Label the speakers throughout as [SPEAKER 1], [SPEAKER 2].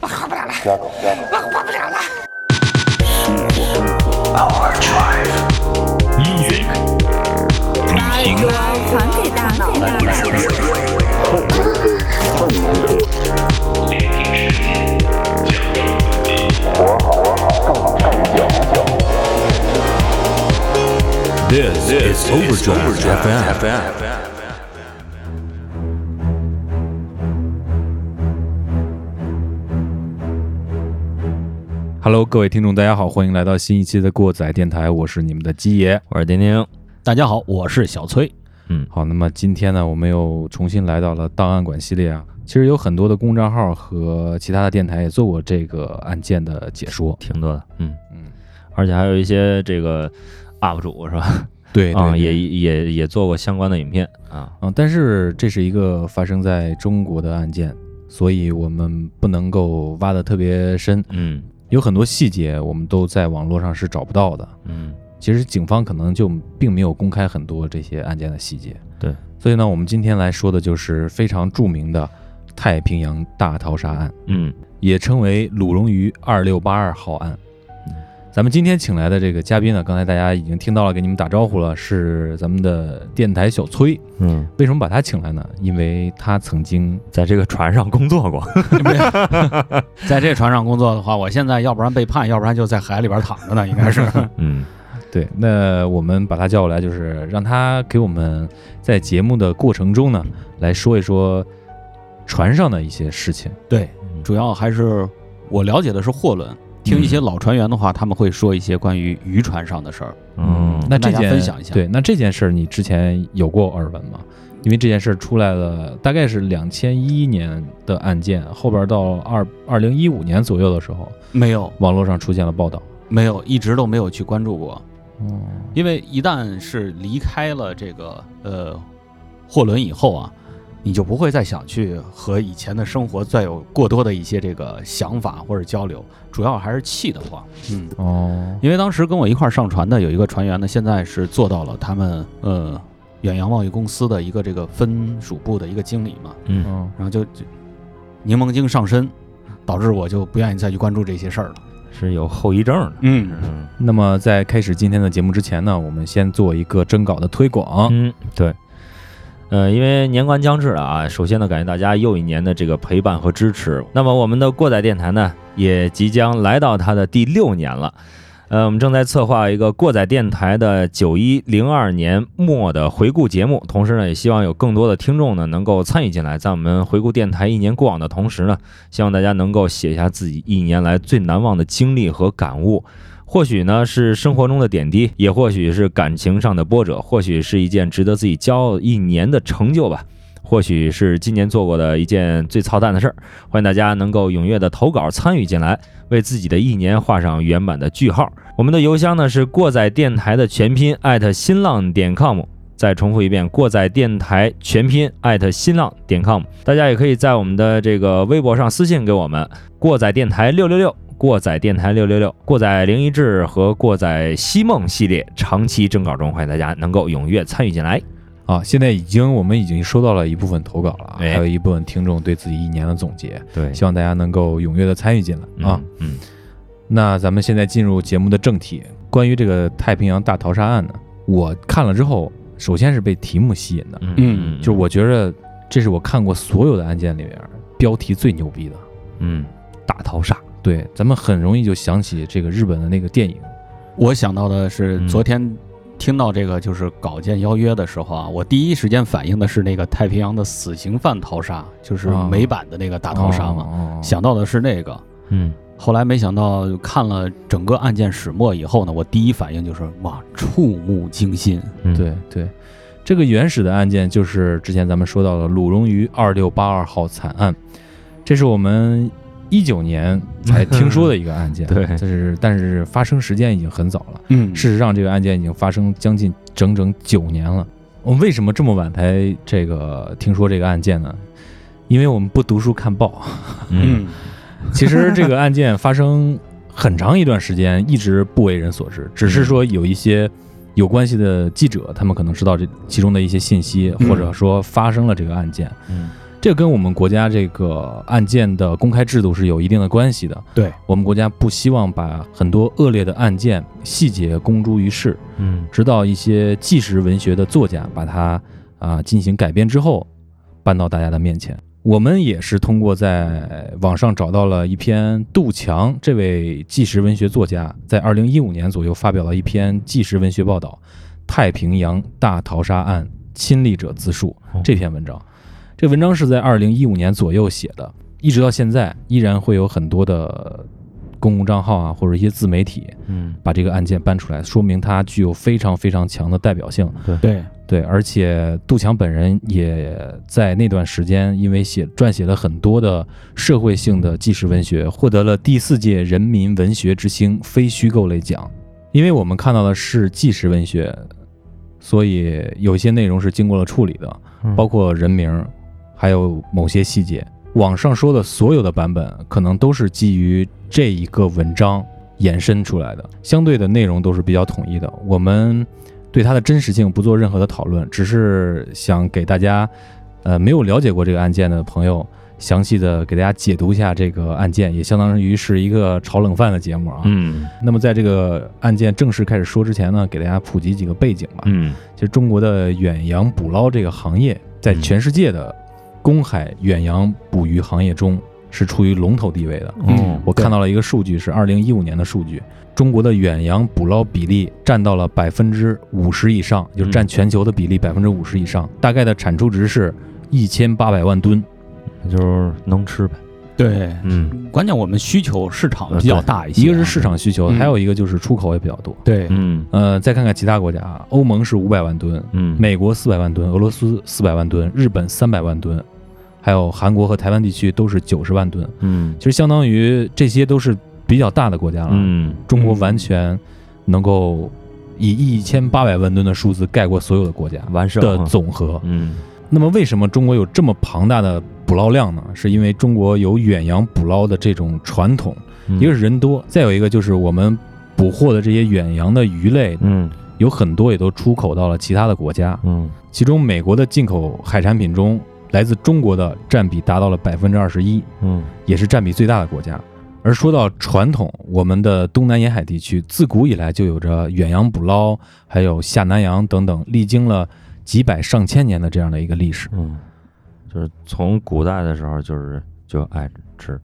[SPEAKER 1] 我活不了了，
[SPEAKER 2] 加狗加狗。
[SPEAKER 1] 我活不了了。
[SPEAKER 3] Music. Music.
[SPEAKER 4] 传给大脑，
[SPEAKER 3] This is Overdrive FM.
[SPEAKER 5] Hello，各位听众，大家好，欢迎来到新一期的过载电台，我是你们的鸡爷。
[SPEAKER 6] 我是丁丁，
[SPEAKER 7] 大家好，我是小崔。
[SPEAKER 5] 好，那么今天呢，我们又重新来到了档案馆系列啊。其实有很多的公众号和其他的电台也做过这个案件的解说。
[SPEAKER 6] 挺多的，嗯
[SPEAKER 5] 嗯，
[SPEAKER 6] 而且还有一些这个 UP 主是吧？
[SPEAKER 5] 对
[SPEAKER 6] 啊、也
[SPEAKER 5] 也
[SPEAKER 6] 也也做过相关的影片啊，
[SPEAKER 5] 啊，但是这是一个发生在中国的案件，所以我们不能够挖得特别深，
[SPEAKER 6] 嗯
[SPEAKER 5] 有很多细节我们都在网络上是找不到的。
[SPEAKER 6] 嗯，
[SPEAKER 5] 其实警方可能就并没有公开很多这些案件的细节。
[SPEAKER 6] 对，
[SPEAKER 5] 所以呢，我们今天来说的就是非常著名的太平洋大逃杀案，
[SPEAKER 6] 嗯
[SPEAKER 5] 也称为鲁荣鱼二六八二号案
[SPEAKER 6] 嗯。
[SPEAKER 5] 咱们今天请来的这个嘉宾呢，刚才大家已经听到了，给你们打招呼了，是咱们的电台小崔。
[SPEAKER 6] 嗯，
[SPEAKER 5] 为什么把他请来呢？因为他曾经
[SPEAKER 6] 在这个船上工 作过，
[SPEAKER 7] 在这船上工作的话，我现在要不然被判，要不然就在海里边躺着呢，应 该是。
[SPEAKER 6] 嗯
[SPEAKER 5] 对，那我们把他叫过来，就是让他给我们在节目的过程中呢，来说一说船上的一些事情。
[SPEAKER 7] 对，主要还是我了解的是货轮。听一些老船员的话，他们会说一些关于渔船上的事儿。
[SPEAKER 6] 嗯，
[SPEAKER 5] 那这
[SPEAKER 7] 跟大家
[SPEAKER 5] 件
[SPEAKER 7] 分享一下
[SPEAKER 5] 对，那这件事儿你之前有过耳闻吗？因为这件事儿出来了，大概是两千一年的案件，后边到二二零一五年左右的时候，
[SPEAKER 7] 没有，
[SPEAKER 5] 网络上出现了报道。
[SPEAKER 7] 没有，一直都没有去关注过，
[SPEAKER 5] 哦，
[SPEAKER 7] 因为一旦是离开了这个呃货轮以后啊，你就不会再想去和以前的生活再有过多的一些这个想法或者交流，主要还是气得慌。嗯，
[SPEAKER 5] 哦，
[SPEAKER 7] 因为当时跟我一块儿上船的有一个船员呢，现在是做到了他们呃远洋贸易公司的一个这个分属部的一个经理嘛，
[SPEAKER 6] 嗯
[SPEAKER 5] 嗯，
[SPEAKER 7] 然后就就柠檬精上身，导致我就不愿意再去关注这些事儿了。
[SPEAKER 6] 是有后遗症的，
[SPEAKER 7] 嗯，
[SPEAKER 6] 嗯
[SPEAKER 5] 那么在开始今天的节目之前呢，我们先做一个征稿的推广。
[SPEAKER 6] 嗯，对。呃，因为年关将至了啊，首先呢，感谢大家又一年的这个陪伴和支持。那么我们的过载电台呢，也即将来到它的第六年了。呃，我们正在策划一个过载电台的九一零二年末的回顾节目，同时呢，也希望有更多的听众呢能够参与进来。在我们回顾电台一年过往的同时呢，希望大家能够写下自己一年来最难忘的经历和感悟。或许呢是生活中的点滴，也或许是感情上的波折，或许是一件值得自己骄傲一年的成就吧，或许是今年做过的一件最操蛋的事儿。欢迎大家能够踊跃的投稿参与进来，为自己的一年画上圆满的句号。我们的邮箱呢是过载电台的全拼艾特新浪点 com。再重复一遍，过载电台全拼艾特新浪点 com，大家也可以在我们的这个微博上私信给我们，过载电台六六六，过载电台六六六，过载灵一志和过载西梦系列长期征稿中，欢迎大家能够踊跃参与进来。
[SPEAKER 5] 啊，现在已经我们已经收到了一部分投稿了啊，
[SPEAKER 6] 哎
[SPEAKER 5] 还有一部分听众对自己一年的总结，
[SPEAKER 6] 对
[SPEAKER 5] 希望大家能够踊跃的参与进来啊。
[SPEAKER 6] 啊，嗯
[SPEAKER 5] 那咱们现在进入节目的正题，关于这个太平洋大逃杀案呢，我看了之后，首先是被题目吸引的，
[SPEAKER 6] 嗯
[SPEAKER 7] 嗯
[SPEAKER 5] 就是我觉着这是我看过所有的案件里面标题最牛逼的。
[SPEAKER 6] 嗯大逃杀，
[SPEAKER 5] 对，咱们很容易就想起这个日本的那个电影，
[SPEAKER 7] 我想到的是
[SPEAKER 6] 嗯
[SPEAKER 7] 昨天听到这个就是稿件邀约的时候啊，我第一时间反映的是那个太平洋的死刑犯逃杀，就是
[SPEAKER 5] 啊
[SPEAKER 7] 美版的那个大逃杀
[SPEAKER 6] 哦
[SPEAKER 7] 嘛，
[SPEAKER 5] 嘛
[SPEAKER 7] 想到的是那个。
[SPEAKER 6] 嗯
[SPEAKER 7] 后来没想到看了整个案件始末以后呢，我第一反应就是哇，触目惊心。
[SPEAKER 6] 嗯
[SPEAKER 5] 对对，这个原始的案件就是之前咱们说到的鲁荣鱼二六八二号惨案，这是我们一九年才听说的一个案件，
[SPEAKER 6] 对
[SPEAKER 5] 这是但是发生时间已经很早了。
[SPEAKER 7] 嗯
[SPEAKER 5] 事实上，这个案件已经发生将近整整九年了。我们为什么这么晚才这个听说这个案件呢？因为我们不读书看 报。
[SPEAKER 6] 嗯
[SPEAKER 5] 其实这个案件发生很长一段时间，一直不为人所知，只是说有一些有关系的记者，他们可能知道这其中的一些信息，
[SPEAKER 7] 嗯
[SPEAKER 5] 或者说发生了这个案件。
[SPEAKER 6] 嗯
[SPEAKER 5] 这跟我们国家这个案件的公开制度是有一定的关系的。
[SPEAKER 7] 对
[SPEAKER 5] 我们国家不希望把很多恶劣的案件细节公诸于世，
[SPEAKER 6] 嗯
[SPEAKER 5] 直到一些纪实文学的作家把它啊、进行改编之后，搬到大家的面前。我们也是通过在网上找到了一篇杜强这位纪实文学作家在二零一五年左右发表了一篇纪实文学报道《太平洋大逃杀案亲历者自述
[SPEAKER 6] 哦》
[SPEAKER 5] 这篇文章。这文章是在二零一五年左右写的，一直到现在依然会有很多的公共账号啊或者一些自媒体
[SPEAKER 6] 嗯，
[SPEAKER 5] 把这个案件搬出来，说明它具有非常非常强的代表性。
[SPEAKER 7] 对，
[SPEAKER 5] 对，而且杜强本人也在那段时间，因为写撰写了很多的社会性的纪实文学，获得了第四届人民文学之星非虚构类奖。因为我们看到的是纪实文学，所以有一些内容是经过了处理的，
[SPEAKER 6] 嗯
[SPEAKER 5] 包括人名儿，还有某些细节。网上说的所有的版本，可能都是基于这一个文章延伸出来的，相对的内容都是比较统一的。我们对它的真实性不做任何的讨论，只是想给大家，呃，没有了解过这个案件的朋友，详细的给大家解读一下这个案件，也相当于是一个炒冷饭的节目啊。
[SPEAKER 6] 嗯
[SPEAKER 5] 那么在这个案件正式开始说之前呢，给大家普及几个背景吧。
[SPEAKER 6] 嗯
[SPEAKER 5] 其实中国的远洋捕捞这个行业，在全世界的公海远洋捕鱼行业中是处于龙头地位的。
[SPEAKER 7] 嗯
[SPEAKER 6] 哦
[SPEAKER 5] 嗯我看到了一个数据，是二零一五年的数据，中国的远洋捕捞比例占到了百分之五十以上，就是占全球的比例百分之五十以上，大概的产出值是一千八百万吨。
[SPEAKER 6] 就是能吃呗，
[SPEAKER 7] 对，
[SPEAKER 6] 嗯
[SPEAKER 7] 关键我们需求市场比较大一些啊，
[SPEAKER 5] 呃一个是市场需求，
[SPEAKER 7] 嗯
[SPEAKER 5] 还有一个就是出口也比较多。
[SPEAKER 7] 对，
[SPEAKER 6] 嗯
[SPEAKER 5] 呃，再看看其他国家啊，欧盟是五百万吨，
[SPEAKER 6] 嗯，
[SPEAKER 5] 美国四百万吨，俄罗斯四百万吨，日本三百万吨，还有韩国和台湾地区都是九十万吨。
[SPEAKER 6] 嗯
[SPEAKER 5] 其实相当于这些都是比较大的国家了，
[SPEAKER 6] 嗯
[SPEAKER 5] 中国完全能够以一千八百万吨的数字盖过所有的国家
[SPEAKER 6] 完胜
[SPEAKER 5] 的
[SPEAKER 6] 啊
[SPEAKER 5] 总和。
[SPEAKER 6] 嗯
[SPEAKER 5] 那么，为什么中国有这么庞大的捕捞量呢？是因为中国有远洋捕捞的这种传统，
[SPEAKER 6] 嗯
[SPEAKER 5] 一个是人多，再有一个就是我们捕获的这些远洋的鱼类，
[SPEAKER 6] 嗯
[SPEAKER 5] 有很多也都出口到了其他的国家。
[SPEAKER 6] 嗯
[SPEAKER 5] 其中美国的进口海产品中，来自中国的占比达到了百分之二十一，
[SPEAKER 6] 嗯
[SPEAKER 5] 也是占比最大的国家。而说到传统，我们的东南沿海地区自古以来就有着远洋捕捞，还有下南洋等等，历经了几百上千年的这样的一个历史。
[SPEAKER 6] 嗯，就是从古代的时候就是就爱吃，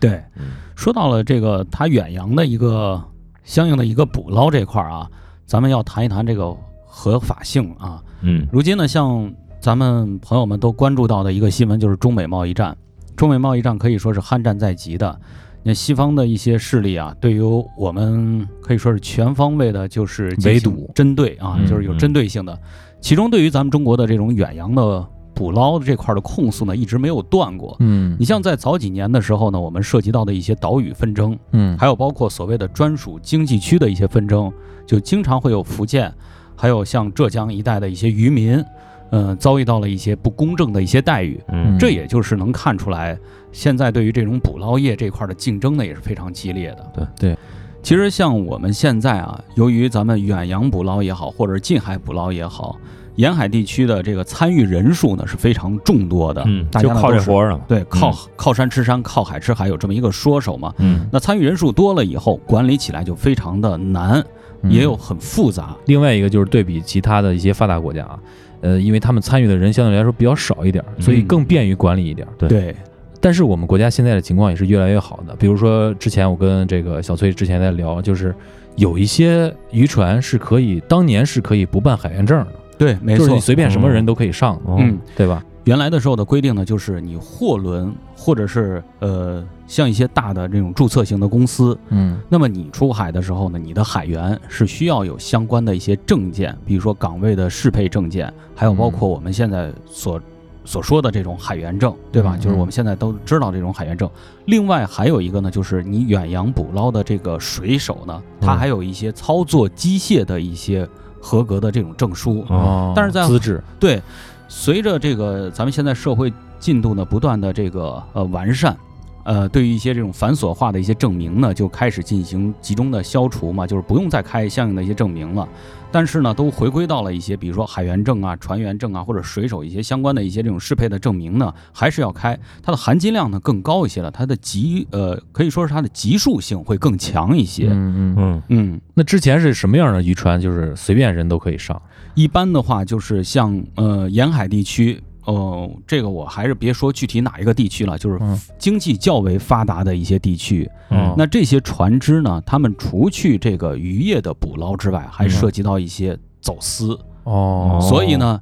[SPEAKER 7] 对
[SPEAKER 6] 嗯，
[SPEAKER 7] 说到了这个它远洋的一个相应的一个捕捞这块儿啊，咱们要谈一谈这个合法性啊。
[SPEAKER 6] 嗯
[SPEAKER 7] 如今呢，像咱们朋友们都关注到的一个新闻，就是中美贸易战。中美贸易战可以说是酣战在即的。那西方的一些势力啊，对于我们可以说是全方位的，就是进
[SPEAKER 5] 围
[SPEAKER 7] 行
[SPEAKER 5] 堵
[SPEAKER 7] 针对啊，
[SPEAKER 6] 嗯
[SPEAKER 7] 就是有针对性的。其中对于咱们中国的这种远洋的捕捞这块的控诉呢，一直没有断过。
[SPEAKER 5] 嗯
[SPEAKER 7] 你像在早几年的时候呢，我们涉及到的一些岛屿纷争，
[SPEAKER 5] 嗯
[SPEAKER 7] 还有包括所谓的专属经济区的一些纷争，就经常会有福建，还有像浙江一带的一些渔民，嗯、遭遇到了一些不公正的一些待遇。
[SPEAKER 6] 嗯
[SPEAKER 7] 这也就是能看出来，现在对于这种捕捞业这块的竞争呢，也是非常激烈的。
[SPEAKER 6] 对
[SPEAKER 5] 对，
[SPEAKER 7] 其实像我们现在啊，由于咱们远洋捕捞也好，或者是近海捕捞也好，沿海地区的这个参与人数呢是非常众多的。
[SPEAKER 6] 嗯
[SPEAKER 7] 大
[SPEAKER 6] 就
[SPEAKER 7] 家呢
[SPEAKER 6] 靠
[SPEAKER 7] 都
[SPEAKER 6] 这
[SPEAKER 7] 是
[SPEAKER 6] 活儿啊，
[SPEAKER 7] 对，靠靠山吃山，靠海吃海，有这么一个说手嘛。
[SPEAKER 6] 嗯
[SPEAKER 7] 那参与人数多了以后，管理起来就非常的难，
[SPEAKER 5] 嗯
[SPEAKER 7] 也有很复杂。
[SPEAKER 5] 另外一个就是对比其他的一些发达国家啊，呃，因为他们参与的人相对来说比较少一点儿，所以
[SPEAKER 7] 嗯
[SPEAKER 5] 更便于管理一点儿。
[SPEAKER 6] 对
[SPEAKER 7] 对，
[SPEAKER 5] 但是我们国家现在的情况也是越来越好的。比如说，之前我跟这个小崔之前在聊，就是有一些渔船是可以当年是可以不办海员证的，
[SPEAKER 7] 对，没
[SPEAKER 5] 就是
[SPEAKER 7] 错
[SPEAKER 5] 你。随便什么人都可以上，
[SPEAKER 6] 哦
[SPEAKER 7] 嗯，
[SPEAKER 5] 对吧？
[SPEAKER 7] 原来的时候的规定呢，就是你货轮或者是呃，像一些大的这种注册型的公司，
[SPEAKER 5] 嗯
[SPEAKER 7] 那么你出海的时候呢，你的海员是需要有相关的一些证件，比如说岗位的适配证件，还有包
[SPEAKER 5] 嗯
[SPEAKER 7] 括我们现在所、所说的这种海员证，对吧？
[SPEAKER 5] 嗯
[SPEAKER 7] 就是我们现在都知道这种海员证。另外还有一个呢，就是你远洋捕捞的这个水手呢，他
[SPEAKER 6] 嗯
[SPEAKER 7] 还有一些操作机械的一些合格的这种证书。
[SPEAKER 6] 哦
[SPEAKER 7] 嗯但是在
[SPEAKER 5] 资质，
[SPEAKER 7] 对，随着这个咱们现在社会进度呢不断的这个呃完善，呃，对于一些这种繁琐化的一些证明呢，就开始进行集中的消除嘛，就是不用再开相应的一些证明了。但是呢，都回归到了一些，比如说海员证啊、船员证啊，或者水手一些相关的一些这种适配的证明呢，还是要开。它的含金量呢更高一些了，它的级呃可以说是它的级数性会更强一些。
[SPEAKER 5] 嗯嗯。
[SPEAKER 6] 嗯
[SPEAKER 7] 嗯，
[SPEAKER 5] 那之前是什么样的渔船，就是随便人都可以上？
[SPEAKER 7] 一般的话就是像呃沿海地区，呃，这个我还是别说具体哪一个地区了，就是
[SPEAKER 5] 嗯
[SPEAKER 7] 经济较为发达的一些地区。
[SPEAKER 5] 嗯
[SPEAKER 7] 那这些船只呢，他们除去这个渔业的捕捞之外，还
[SPEAKER 5] 嗯
[SPEAKER 7] 涉及到一些走私，
[SPEAKER 5] 哦
[SPEAKER 7] 所以呢。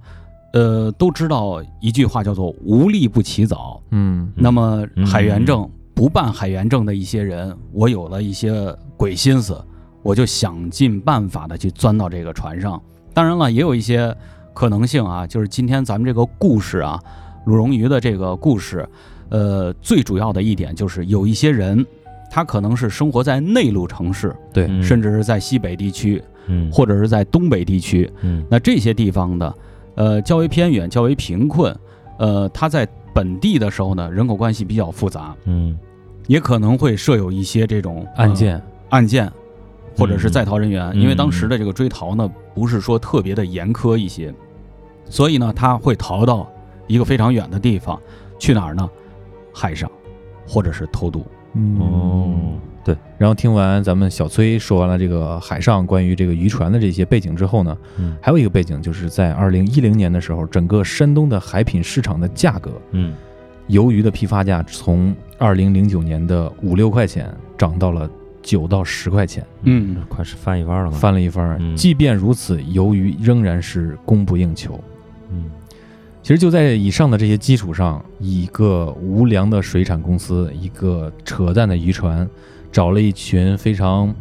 [SPEAKER 7] 呃，都知道一句话叫做“无利不起早”，
[SPEAKER 5] 嗯
[SPEAKER 7] 那么
[SPEAKER 6] 嗯
[SPEAKER 7] 海员证不办海员证的一些人，我有了一些鬼心思，我就想尽办法的去钻到这个船上。当然了，也有一些可能性啊，就是今天咱们这个故事啊，鲁荣鱼的这个故事，呃，最主要的一点就是有一些人，他可能是生活在内陆城市，
[SPEAKER 5] 对，
[SPEAKER 6] 嗯
[SPEAKER 7] 甚至是在西北地区，
[SPEAKER 6] 嗯
[SPEAKER 7] 或者是在东北地区，
[SPEAKER 6] 嗯
[SPEAKER 7] 那这些地方的，呃，较为偏远、较为贫困，呃，它在本地的时候呢，人口关系比较复杂，
[SPEAKER 6] 嗯
[SPEAKER 7] 也可能会设有一些这种、呃
[SPEAKER 5] 案、件
[SPEAKER 7] 案件，或者是在逃人员，
[SPEAKER 6] 嗯
[SPEAKER 7] 因为当时的这个追逃呢，不是说特别的严苛一些，所以呢，他会逃到一个非常远的地方，去哪儿呢？海上，或者是偷渡。
[SPEAKER 6] 哦，对，
[SPEAKER 5] 嗯然后听完咱们小崔说完了这个海上关于这个渔船的这些背景之后呢，
[SPEAKER 6] 嗯
[SPEAKER 5] 还有一个背景就是在二零一零年的时候，整个山东的海品市场的价格，
[SPEAKER 6] 嗯
[SPEAKER 5] 鱿鱼的批发价从二零零九年的五六块钱涨到了九到十块钱，
[SPEAKER 7] 嗯，
[SPEAKER 6] 快是翻一番了吧？
[SPEAKER 5] 翻了一番儿。
[SPEAKER 6] 嗯
[SPEAKER 5] 即便如此，鱿鱼仍然是供不应求。
[SPEAKER 6] 嗯
[SPEAKER 5] 其实就在以上的这些基础上，一个无良的水产公司，一个扯淡的渔船，找了一群非常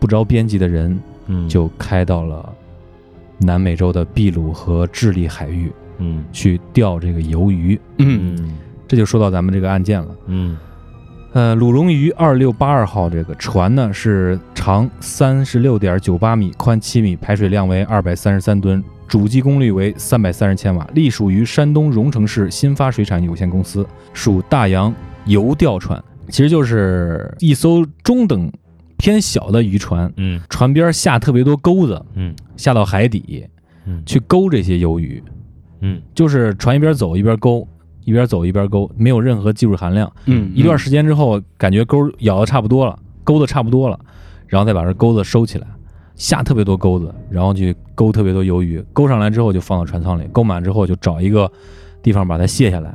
[SPEAKER 5] 不着边际的人，
[SPEAKER 6] 嗯
[SPEAKER 5] 就开到了南美洲的秘鲁和智利海域
[SPEAKER 6] 嗯
[SPEAKER 5] 去钓这个鱿鱼。
[SPEAKER 7] 嗯
[SPEAKER 6] 嗯
[SPEAKER 5] 这就说到咱们这个案件了。
[SPEAKER 6] 嗯
[SPEAKER 5] 呃，鲁荣鱼二六八二号这个船呢是长三十六点九八米，宽七米，排水量为二百三十三吨，主机功率为三百三十千瓦，隶属于山东荣成市新发水产有限公司，属大洋游钓船，其实就是一艘中等偏小的渔船，
[SPEAKER 6] 嗯
[SPEAKER 5] 船边下特别多钩子，
[SPEAKER 6] 嗯
[SPEAKER 5] 下到海底
[SPEAKER 6] 嗯
[SPEAKER 5] 去钩这些鱿鱼，
[SPEAKER 6] 嗯
[SPEAKER 5] 就是船一边走一边钩，一边走一边钩，没有任何技术含量。
[SPEAKER 7] 嗯，
[SPEAKER 5] 一段时间之后，感觉钩咬的差不多了，钩的差不多了，然后再把这钩子收起来，下特别多钩子，然后去钩特别多鱿鱼，钩上来之后就放到船舱里，钩满之后就找一个地方把它卸下来，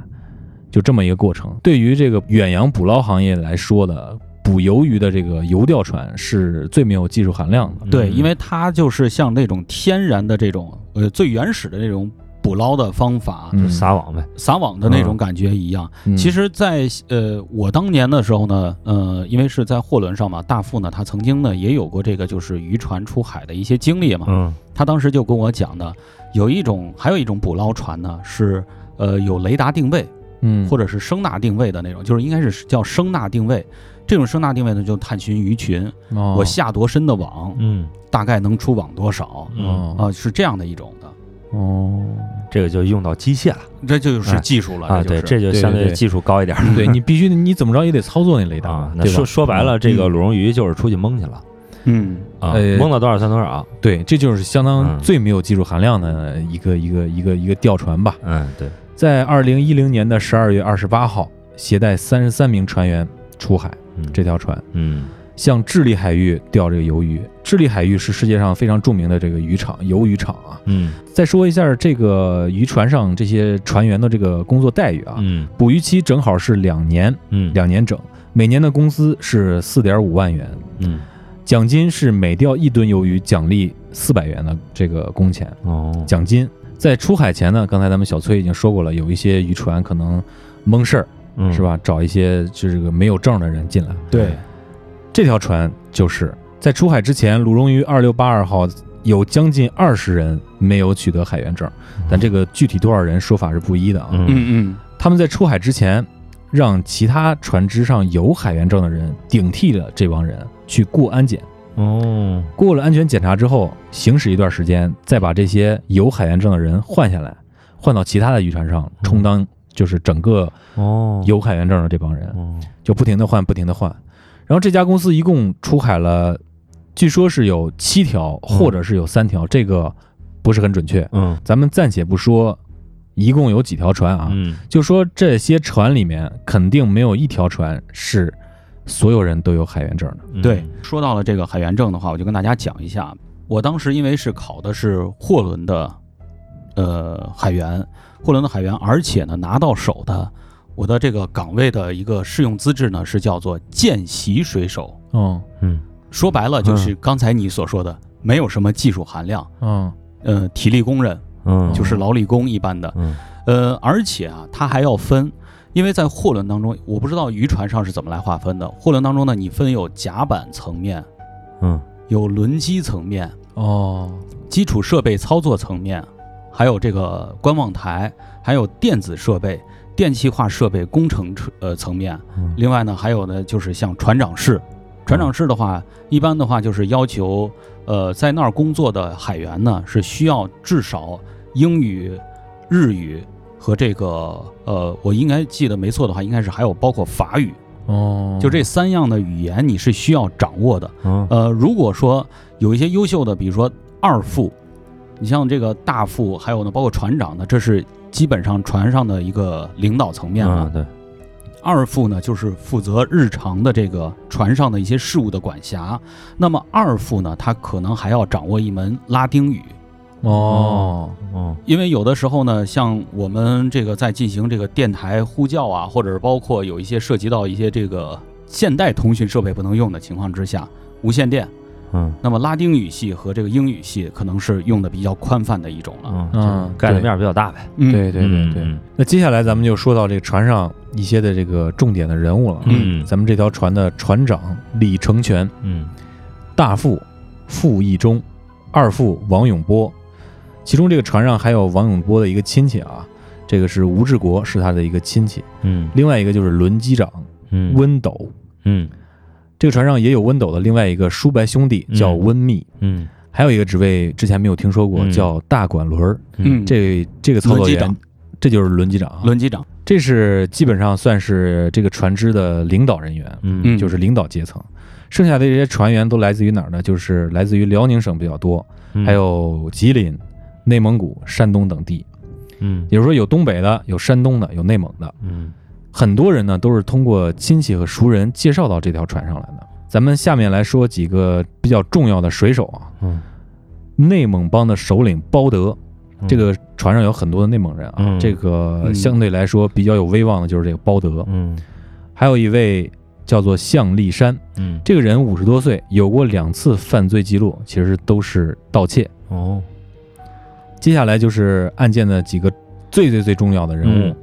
[SPEAKER 5] 就这么一个过程。对于这个远洋捕捞行业来说的，捕鱿鱼的这个游钓船是最没有技术含量的。
[SPEAKER 7] 对，
[SPEAKER 6] 嗯
[SPEAKER 7] 因为它就是像那种天然的这种呃最原始的那种捕捞的方法，
[SPEAKER 5] 嗯
[SPEAKER 6] 撒网呗。
[SPEAKER 7] 撒网的那种感觉一样。
[SPEAKER 5] 嗯
[SPEAKER 7] 其实在，呃我当年的时候呢，呃，因为是在货轮上嘛，大副呢他曾经呢也有过这个就是渔船出海的一些经历嘛。
[SPEAKER 6] 嗯
[SPEAKER 7] 他当时就跟我讲的，有一种还有一种捕捞船呢是呃有雷达定位
[SPEAKER 5] 嗯，
[SPEAKER 7] 或
[SPEAKER 5] 者
[SPEAKER 7] 者是声呐定位的那种，就是应该是叫声呐定位。这种声呐定位呢，就探寻鱼群，
[SPEAKER 5] 哦
[SPEAKER 7] 我下多深的网，
[SPEAKER 6] 哦嗯
[SPEAKER 7] 大概能出网多少。
[SPEAKER 6] 嗯，
[SPEAKER 7] 啊，是这样的一种的，
[SPEAKER 5] 哦，
[SPEAKER 6] 这个就用到机械了
[SPEAKER 7] 这就是技术了
[SPEAKER 6] 啊，
[SPEAKER 7] 这
[SPEAKER 6] 对，
[SPEAKER 7] 就是
[SPEAKER 6] 这就
[SPEAKER 5] 对
[SPEAKER 6] 相
[SPEAKER 5] 对
[SPEAKER 6] 对
[SPEAKER 5] 对
[SPEAKER 6] 技术高一点儿
[SPEAKER 5] 对你必须你怎么着也得操作那雷达，
[SPEAKER 6] 啊。那
[SPEAKER 5] 对吧
[SPEAKER 6] 说说白了，这个
[SPEAKER 7] 嗯
[SPEAKER 6] 鲁荣鱼就是出去蒙去了
[SPEAKER 7] 嗯
[SPEAKER 6] 啊
[SPEAKER 5] 呃，
[SPEAKER 6] 蒙到多少算多少。
[SPEAKER 5] 对，这就是相当
[SPEAKER 6] 嗯
[SPEAKER 5] 最没有技术含量的一个一个一个一个吊船吧。
[SPEAKER 6] 嗯，对，
[SPEAKER 5] 在二零一零年的十二月二十八号，携带三十三名船员出海，
[SPEAKER 6] 嗯
[SPEAKER 5] 这条船
[SPEAKER 6] 嗯
[SPEAKER 5] 向智利海域钓这个鱿鱼。智利海域是世界上非常著名的这个渔场，鱿鱼场啊。
[SPEAKER 6] 嗯
[SPEAKER 5] 再说一下这个渔船上这些船员的这个工作待遇啊，
[SPEAKER 6] 嗯
[SPEAKER 5] 捕鱼期正好是两年，
[SPEAKER 6] 嗯
[SPEAKER 5] 两年整，每年的工资是四点五万元，
[SPEAKER 6] 嗯
[SPEAKER 5] 奖金是每钓一吨鱿鱼奖励四百元的这个工钱。
[SPEAKER 6] 哦，
[SPEAKER 5] 奖金。在出海前呢，刚才咱们小崔已经说过了，有一些渔船可能蒙事儿，
[SPEAKER 6] 嗯
[SPEAKER 5] 是？吧？找一些就是这个没有证的人进来。
[SPEAKER 7] 对，
[SPEAKER 5] 这条船就是在出海之前，鲁荣鱼二六八二号有将近二十人没有取得海员证，但这个具体多少人说法是不一的啊。
[SPEAKER 6] 嗯
[SPEAKER 7] 嗯
[SPEAKER 5] 他们在出海之前，让其他船只上有海员证的人顶替了这帮人去过安检。
[SPEAKER 6] 哦，
[SPEAKER 5] 过了安全检查之后，行驶一段时间，再把这些有海员证的人换下来，换到其他的渔船上充当就是整个
[SPEAKER 6] 哦，
[SPEAKER 5] 有海员证的这帮人，
[SPEAKER 6] 哦，
[SPEAKER 5] 就不停的换，不停的换。然后这家公司一共出海了，据说是有七条，或者是有三条，这个不是很准确。
[SPEAKER 6] 嗯
[SPEAKER 5] 咱们暂且不说一共有几条船啊，
[SPEAKER 6] 嗯
[SPEAKER 5] 就说这些船里面肯定没有一条船是所有人都有海员证的。
[SPEAKER 6] 嗯
[SPEAKER 7] 对，说到了这个海员证的话，我就跟大家讲一下，我当时因为是考的是货轮的，呃，海员，货轮的海员，而且呢拿到手的，我的这个岗位的一个适用资质呢是叫做见习水手，
[SPEAKER 5] 嗯
[SPEAKER 6] 嗯
[SPEAKER 7] 说白了就是刚才你所说的，没有什么技术含量，
[SPEAKER 5] 嗯
[SPEAKER 7] 呃，体力工人
[SPEAKER 6] 嗯，
[SPEAKER 7] 就是劳力工一般的，
[SPEAKER 6] 嗯
[SPEAKER 7] 呃，而且啊，它还要分，因为在货轮当中，我不知道渔船上是怎么来划分的。货轮当中呢，你分有甲板层面，
[SPEAKER 6] 嗯
[SPEAKER 7] 有轮机层面，
[SPEAKER 5] 哦
[SPEAKER 7] 基础设备操作层面，还有这个观望台，还有电子设备、电气化设备工程车呃层面。
[SPEAKER 6] 嗯
[SPEAKER 7] 另外呢，还有呢就是像船长室，船长室的话，一般的话就是要求，呃，在那儿工作的海员呢是需要至少英语、日语和这个呃，我应该记得没错的话，应该是还有包括法语，
[SPEAKER 5] 哦，
[SPEAKER 7] 就这三样的语言你是需要掌握的。
[SPEAKER 6] 嗯
[SPEAKER 7] 呃，如果说有一些优秀的，比如说二副，你像这个大副，还有呢，包括船长呢，这是基本上船上的一个领导层面了。
[SPEAKER 6] 嗯对，
[SPEAKER 7] 二副呢，就是负责日常的这个船上的一些事务的管辖。那么二副呢，他可能还要掌握一门拉丁语，
[SPEAKER 5] 哦
[SPEAKER 6] 哦
[SPEAKER 7] 因为有的时候呢，像我们这个在进行这个电台呼叫啊，或者是包括有一些涉及到一些这个现代通讯设备不能用的情况之下，无线电，
[SPEAKER 6] 嗯
[SPEAKER 7] 那么拉丁语系和这个英语系可能是用的比较宽泛的一种了。
[SPEAKER 6] 嗯
[SPEAKER 5] 嗯
[SPEAKER 6] 盖的
[SPEAKER 5] 对
[SPEAKER 6] 面儿比较大呗，
[SPEAKER 7] 嗯，
[SPEAKER 5] 对对对
[SPEAKER 6] 嗯
[SPEAKER 5] 对。
[SPEAKER 6] 嗯
[SPEAKER 5] 那接下来咱们就说到这个船上一些的这个重点的人物了。啊
[SPEAKER 6] 嗯
[SPEAKER 5] 咱们这条船的船长李成全，
[SPEAKER 6] 嗯
[SPEAKER 5] 大副傅义忠，二副王永波，其中这个船上还有王永波的一个亲戚啊，这个是吴志国，是他的一个亲戚。
[SPEAKER 6] 嗯
[SPEAKER 5] 另外一个就是轮机长
[SPEAKER 6] 嗯
[SPEAKER 5] 温斗，
[SPEAKER 6] 嗯
[SPEAKER 5] 这个船上也有温斗的另外一个叔伯兄弟叫
[SPEAKER 6] 嗯
[SPEAKER 5] 温密，
[SPEAKER 6] 嗯
[SPEAKER 5] 还有一个职位之前没有听说过，
[SPEAKER 6] 嗯
[SPEAKER 5] 叫大管轮儿。
[SPEAKER 7] 嗯，
[SPEAKER 5] 这这个操作
[SPEAKER 7] 轮机长
[SPEAKER 5] 员，这就是轮机长啊，
[SPEAKER 7] 轮机长，
[SPEAKER 5] 这是基本上算是这个船只的领导人员。
[SPEAKER 6] 嗯
[SPEAKER 5] 就是领导阶层。剩下的这些船员都来自于哪儿呢？就是来自于辽宁省比较多，
[SPEAKER 6] 嗯
[SPEAKER 5] 还有吉林、内蒙古、山东等地。
[SPEAKER 6] 嗯
[SPEAKER 5] 也就是说，有东北的，有山东的，有内蒙的。
[SPEAKER 6] 嗯
[SPEAKER 5] 很多人呢都是通过亲戚和熟人介绍到这条船上来的。咱们下面来说几个比较重要的水手啊，
[SPEAKER 6] 嗯
[SPEAKER 5] 内蒙帮的首领包德。
[SPEAKER 6] 嗯
[SPEAKER 5] 这个船上有很多的内蒙人啊，
[SPEAKER 6] 嗯
[SPEAKER 5] 这个
[SPEAKER 7] 嗯
[SPEAKER 5] 相对来说比较有威望的就是这个包德，
[SPEAKER 6] 嗯
[SPEAKER 5] 还有一位叫做向立山，
[SPEAKER 6] 嗯
[SPEAKER 5] 这个人五十多岁，有过两次犯罪记录，其实都是盗窃。
[SPEAKER 6] 哦
[SPEAKER 5] 接下来就是案件的几个最最最重要的人物：
[SPEAKER 6] 嗯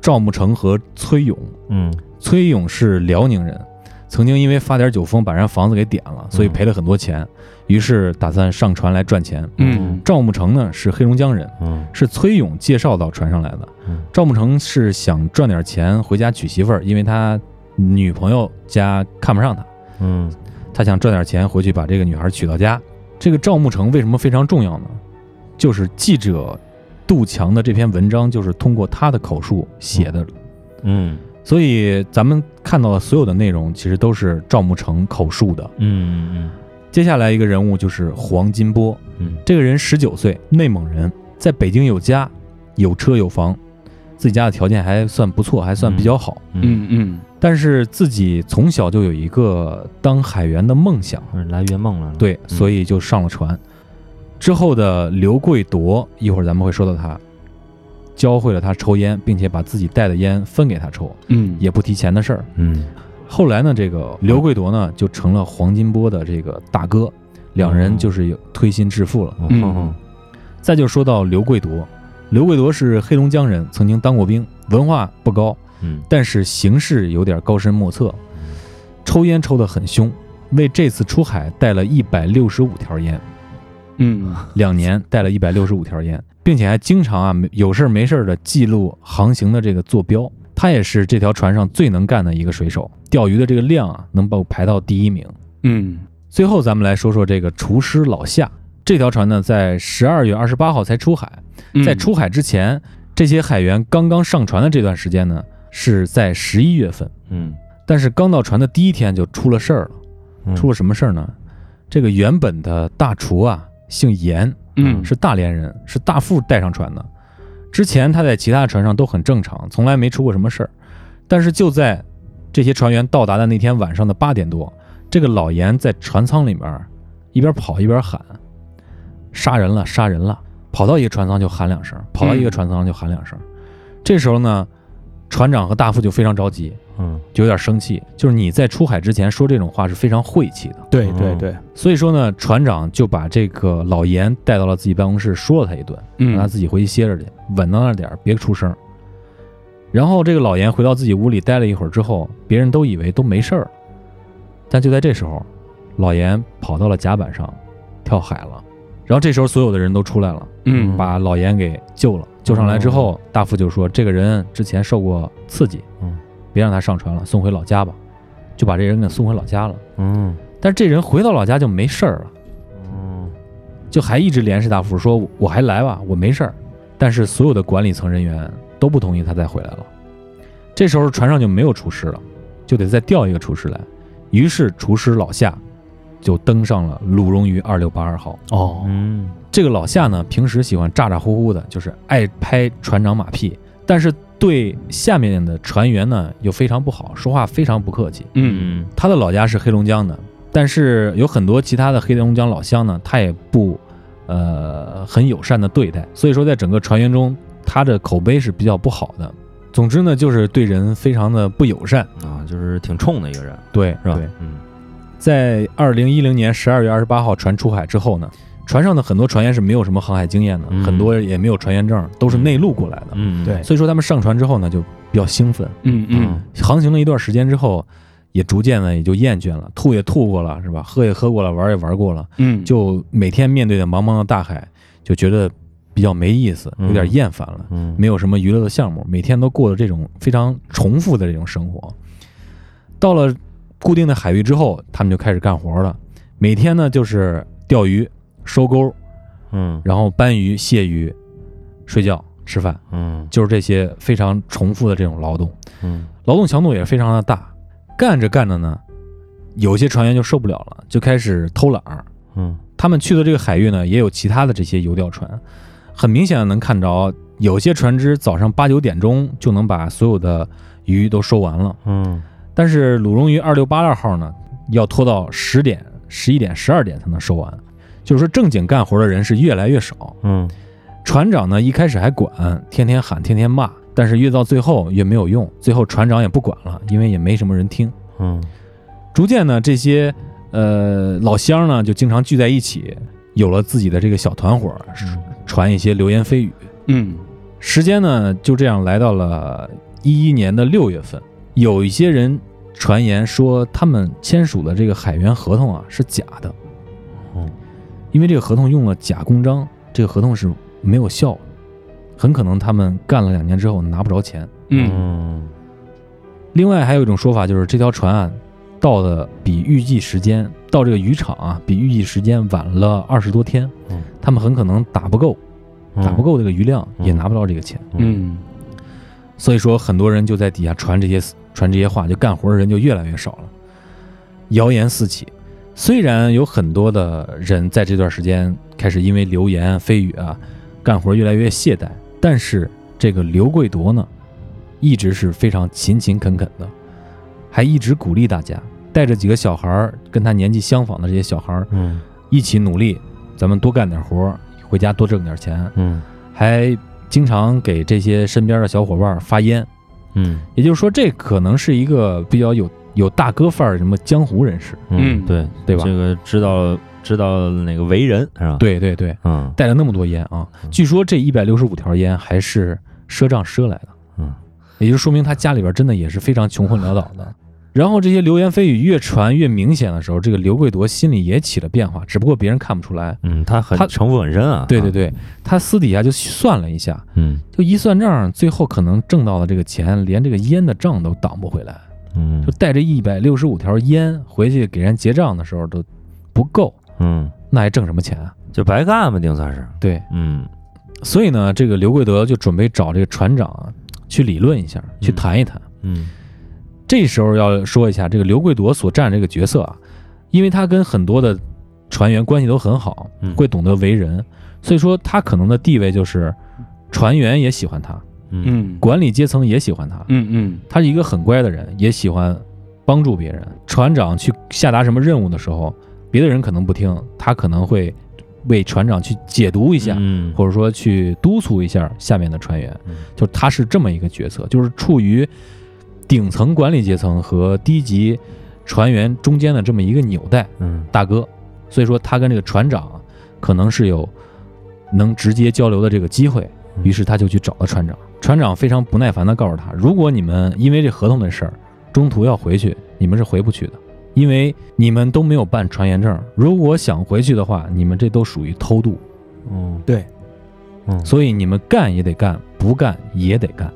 [SPEAKER 5] 赵慕成和崔勇。
[SPEAKER 6] 嗯
[SPEAKER 5] 崔勇是辽宁人，曾经因为发点酒疯把人房子给点了，
[SPEAKER 6] 嗯
[SPEAKER 5] 所以赔了很多钱，于是打算上船来赚钱。
[SPEAKER 7] 嗯
[SPEAKER 5] 赵慕成呢是黑龙江人，
[SPEAKER 6] 嗯
[SPEAKER 5] 是崔勇介绍到船上来的。
[SPEAKER 6] 嗯
[SPEAKER 5] 赵慕成是想赚点钱回家娶媳妇儿，因为他女朋友家看不上他。
[SPEAKER 6] 嗯
[SPEAKER 5] 他想赚点钱回去把这个女孩娶到家。这个赵慕成为什么非常重要呢？就是记者杜强的这篇文章就是通过他的口述写的，
[SPEAKER 6] 嗯
[SPEAKER 5] 所以咱们看到的所有的内容其实都是赵慕成口述的。
[SPEAKER 6] 嗯
[SPEAKER 5] 接下来一个人物就是黄金波，
[SPEAKER 6] 嗯
[SPEAKER 5] 这个人十九岁，内蒙人，在北京有家，有车有房，自己家的条件还算不错，还算比较好。
[SPEAKER 6] 嗯
[SPEAKER 7] 嗯嗯，
[SPEAKER 5] 但是自己从小就有一个当海员的梦想，
[SPEAKER 6] 嗯，来圆梦了，
[SPEAKER 5] 对，所
[SPEAKER 6] 以
[SPEAKER 5] 以就上了船。之后的刘贵铎，一会儿咱们会说到他，教会了他抽烟，并且把自己带的烟分给他抽，
[SPEAKER 7] 嗯
[SPEAKER 5] 也不提钱的事儿。
[SPEAKER 6] 嗯
[SPEAKER 5] 后来呢，这个刘贵铎呢就成了黄金波的这个大哥，两人就是有推心置腹了。
[SPEAKER 6] 嗯
[SPEAKER 5] 再就说到刘贵铎，刘贵铎是黑龙江人，曾经当过兵，文化不高，
[SPEAKER 6] 嗯
[SPEAKER 5] 但是行事有点高深莫测，抽烟抽得很凶，为这次出海带了一百六十五条烟。
[SPEAKER 7] 嗯
[SPEAKER 5] 两年带了一百六十五条烟，并且还经常啊没有事儿没事儿的记录航行的这个坐标。他也是这条船上最能干的一个水手，钓鱼的这个量啊，能把我排到第一名。
[SPEAKER 7] 嗯
[SPEAKER 5] 最后，咱们来说说这个厨师老夏。这条船呢，在十二月二十八号才出海，
[SPEAKER 7] 嗯，
[SPEAKER 5] 在出海之前，这些海员刚刚上船的这段时间呢，是在十一月份，
[SPEAKER 6] 嗯，
[SPEAKER 5] 但是刚到船的第一天就出了事儿了。
[SPEAKER 6] 嗯
[SPEAKER 5] 出了什么事儿呢？这个原本的大厨啊，姓严，
[SPEAKER 7] 嗯
[SPEAKER 5] 是大连人，是大副带上船的。之前他在其他船上都很正常，从来没出过什么事儿。但是就在这些船员到达的那天晚上的八点多，这个老严在船舱里面一边跑一边喊：“杀人了，杀人了！”跑到一个船舱就喊两声，跑到一个船舱就喊两声。这时候呢，船长和大副就非常着急，
[SPEAKER 6] 嗯
[SPEAKER 5] 就有点生气，就是你在出海之前说这种话是非常晦气的。
[SPEAKER 7] 对
[SPEAKER 5] 哦
[SPEAKER 6] 对对，
[SPEAKER 5] 所以说呢，船长就把这个老严带到了自己办公室，说了他一顿，让他
[SPEAKER 7] 嗯
[SPEAKER 5] 自己回去歇着去，稳当那点儿，别出声。然后这个老严回到自己屋里待了一会儿之后，别人都以为都没事儿了，但就在这时候，老严跑到了甲板上，跳海了。然后这时候所有的人都出来了，
[SPEAKER 7] 嗯哦
[SPEAKER 5] 把老严给救了。救上来之后，大副就说：“这个人之前受过刺激，
[SPEAKER 6] 嗯，
[SPEAKER 5] 别让他上船了，送回老家吧。”就把这人给送回老家了。
[SPEAKER 6] 嗯
[SPEAKER 5] 但是这人回到老家就没事儿了。
[SPEAKER 6] 嗯
[SPEAKER 5] 就还一直联系大副说我还来吧，我没事儿。但是所有的管理层人员都不同意他再回来了。这时候船上就没有厨师了，就得再调一个厨师来。于是厨师老夏就登上了鲁荣鱼二六八二号。
[SPEAKER 7] 哦，
[SPEAKER 6] 嗯
[SPEAKER 5] 这个老夏呢，平时喜欢咋咋呼呼的，就是爱拍船长马屁，但是对下面的船员呢又非常不好，说话非常不客气。
[SPEAKER 7] 嗯
[SPEAKER 6] 嗯
[SPEAKER 5] 他的老家是黑龙江的，但是有很多其他的黑龙江老乡呢，他也不呃很友善的对待，所以说在整个船员中，他的口碑是比较不好的。总之呢，就是对人非常的不友善，
[SPEAKER 6] 啊，就是挺冲的一个人，
[SPEAKER 5] 对，
[SPEAKER 6] 是吧
[SPEAKER 5] 对，？
[SPEAKER 6] 嗯
[SPEAKER 5] 在二零一零年十二月二十八号船出海之后呢，船上的很多船员是没有什么航海经验的，
[SPEAKER 6] 嗯
[SPEAKER 5] 很多也没有船员证，都是内陆过来的。
[SPEAKER 6] 嗯，
[SPEAKER 7] 对
[SPEAKER 5] 所以说他们上船之后呢，就比较兴奋，
[SPEAKER 7] 嗯嗯，
[SPEAKER 5] 航行了一段时间之后，也逐渐的也就厌倦了，吐也吐过了，是吧？喝也喝过了，玩也玩过了，
[SPEAKER 7] 嗯，
[SPEAKER 5] 就每天面对着茫茫的大海，就觉得比较没意思，有点厌烦了，
[SPEAKER 6] 嗯
[SPEAKER 5] 没有什么娱乐的项目，每天都过着这种非常重复的这种生活。到了固定的海域之后，他们就开始干活了，每天呢就是钓鱼、收钩，
[SPEAKER 6] 嗯
[SPEAKER 5] 然后搬鱼、卸鱼、睡觉、吃饭，
[SPEAKER 6] 嗯
[SPEAKER 5] 就是这些非常重复的这种劳动。
[SPEAKER 6] 嗯
[SPEAKER 5] 劳动强度也非常的大。干着干着呢，有些船员就受不了了，就开始偷懒儿。
[SPEAKER 6] 嗯
[SPEAKER 5] 他们去的这个海域呢，也有其他的这些游钓船，很明显的能看着，有些船只早上八九点钟就能把所有的鱼都收完了，
[SPEAKER 6] 嗯
[SPEAKER 5] 但是鲁荣鱼二六八二号呢，要拖到十点、十一点、十二点才能收完。就是说，正经干活的人是越来越少。
[SPEAKER 6] 嗯
[SPEAKER 5] 船长呢，一开始还管，天天喊，天天骂，但是越到最后越没有用，最后船长也不管了，因为也没什么人听。
[SPEAKER 6] 嗯
[SPEAKER 5] 逐渐呢，这些呃老乡呢就经常聚在一起，有了自己的这个小团伙，传一些流言蜚语。
[SPEAKER 7] 嗯
[SPEAKER 5] 时间呢就这样来到了一一年的六月份，有一些人传言说他们签署的这个海员合同啊是假的，
[SPEAKER 6] 嗯
[SPEAKER 5] 因为这个合同用了假公章，这个合同是没有效的，很可能他们干了两年之后拿不着钱。
[SPEAKER 7] 嗯
[SPEAKER 6] 嗯
[SPEAKER 5] 另外还有一种说法就是这条船啊到的比预计时间到这个渔场啊比预计时间晚了二十多天
[SPEAKER 6] 嗯，
[SPEAKER 5] 他们很可能打不够，打不够这个鱼量，
[SPEAKER 6] 嗯
[SPEAKER 5] 也拿不到这个钱。
[SPEAKER 7] 嗯
[SPEAKER 5] 所以说很多人就在底下传这些传这些话，就干活的人就越来越少了，谣言四起。虽然有很多的人在这段时间开始因为流言蜚语啊，干活越来越懈怠，但是这个刘贵铎呢，一直是非常勤勤恳恳的，还一直鼓励大家，带着几个小孩儿，跟他年纪相仿的这些小孩儿
[SPEAKER 6] 嗯
[SPEAKER 5] 一起努力，咱们多干点活儿，回家多挣点钱，
[SPEAKER 6] 嗯
[SPEAKER 5] 还经常给这些身边的小伙伴儿发烟。
[SPEAKER 6] 嗯
[SPEAKER 5] 也就是说，这可能是一个比较有有大哥范儿的什么江湖人士，啊
[SPEAKER 6] 嗯，对
[SPEAKER 5] 对吧？
[SPEAKER 6] 这个知道知道那个为人是吧？，
[SPEAKER 5] 对对对，
[SPEAKER 6] 嗯
[SPEAKER 5] 带了那么多烟啊！据说这一百六十五条烟还是赊账赊来的，
[SPEAKER 6] 嗯，
[SPEAKER 5] 也就说明他家里边真的也是非常穷困潦倒的。然后这些流言蜚语越传越明显的时候，这个刘贵铎心里也起了变化，只不过别人看不出来。
[SPEAKER 6] 嗯，他很
[SPEAKER 5] 他
[SPEAKER 6] 城府很深啊。
[SPEAKER 5] 对对
[SPEAKER 6] 对，
[SPEAKER 5] 对，他私底下就算了一下，
[SPEAKER 6] 嗯
[SPEAKER 5] 就一算账，最后可能挣到的这个钱，连这个烟的账都挡不回来。
[SPEAKER 6] 嗯
[SPEAKER 5] 就带着一百六十五条烟回去给人结账的时候都不够，
[SPEAKER 6] 嗯，
[SPEAKER 5] 那还挣什么钱啊？
[SPEAKER 6] 就白干吧，顶算是。
[SPEAKER 5] 对，
[SPEAKER 6] 嗯
[SPEAKER 5] 所以呢，这个刘贵德就准备找这个船长啊去理论一下，去
[SPEAKER 6] 嗯
[SPEAKER 5] 谈一谈。
[SPEAKER 6] 嗯
[SPEAKER 5] 这时候要说一下，这个刘贵夺所占这个角色啊，因为他跟很多的船员关系都很好
[SPEAKER 6] 嗯，
[SPEAKER 5] 会懂得为人，所以说他可能的地位就是船员也喜欢他，
[SPEAKER 6] 嗯
[SPEAKER 7] 嗯
[SPEAKER 5] 管理阶层也喜欢他，
[SPEAKER 7] 嗯嗯
[SPEAKER 5] 他是一个很乖的人，也喜欢帮助别人。船长去下达什么任务的时候，别的人可能不听，他可能会为船长去解读一下，
[SPEAKER 6] 嗯
[SPEAKER 5] 或者说去督促一下下面的船员
[SPEAKER 6] 嗯，
[SPEAKER 5] 就他是这么一个角色，就是处于顶层管理阶层和低级船员中间的这么一个纽带
[SPEAKER 6] 嗯
[SPEAKER 5] 大哥，所以说他跟这个船长啊可能是有能直接交流的这个机会，
[SPEAKER 6] 嗯
[SPEAKER 5] 于是他就去找了船长，船长非常不耐烦的告诉他，如果你们因为这合同的事儿中途要回去，你们是回不去的。因为你们都没有办船员证，如果想回去的话，你们这都属于偷渡，
[SPEAKER 6] 嗯
[SPEAKER 7] 对，
[SPEAKER 6] 嗯
[SPEAKER 5] 所以你们干也得干，不干也得干。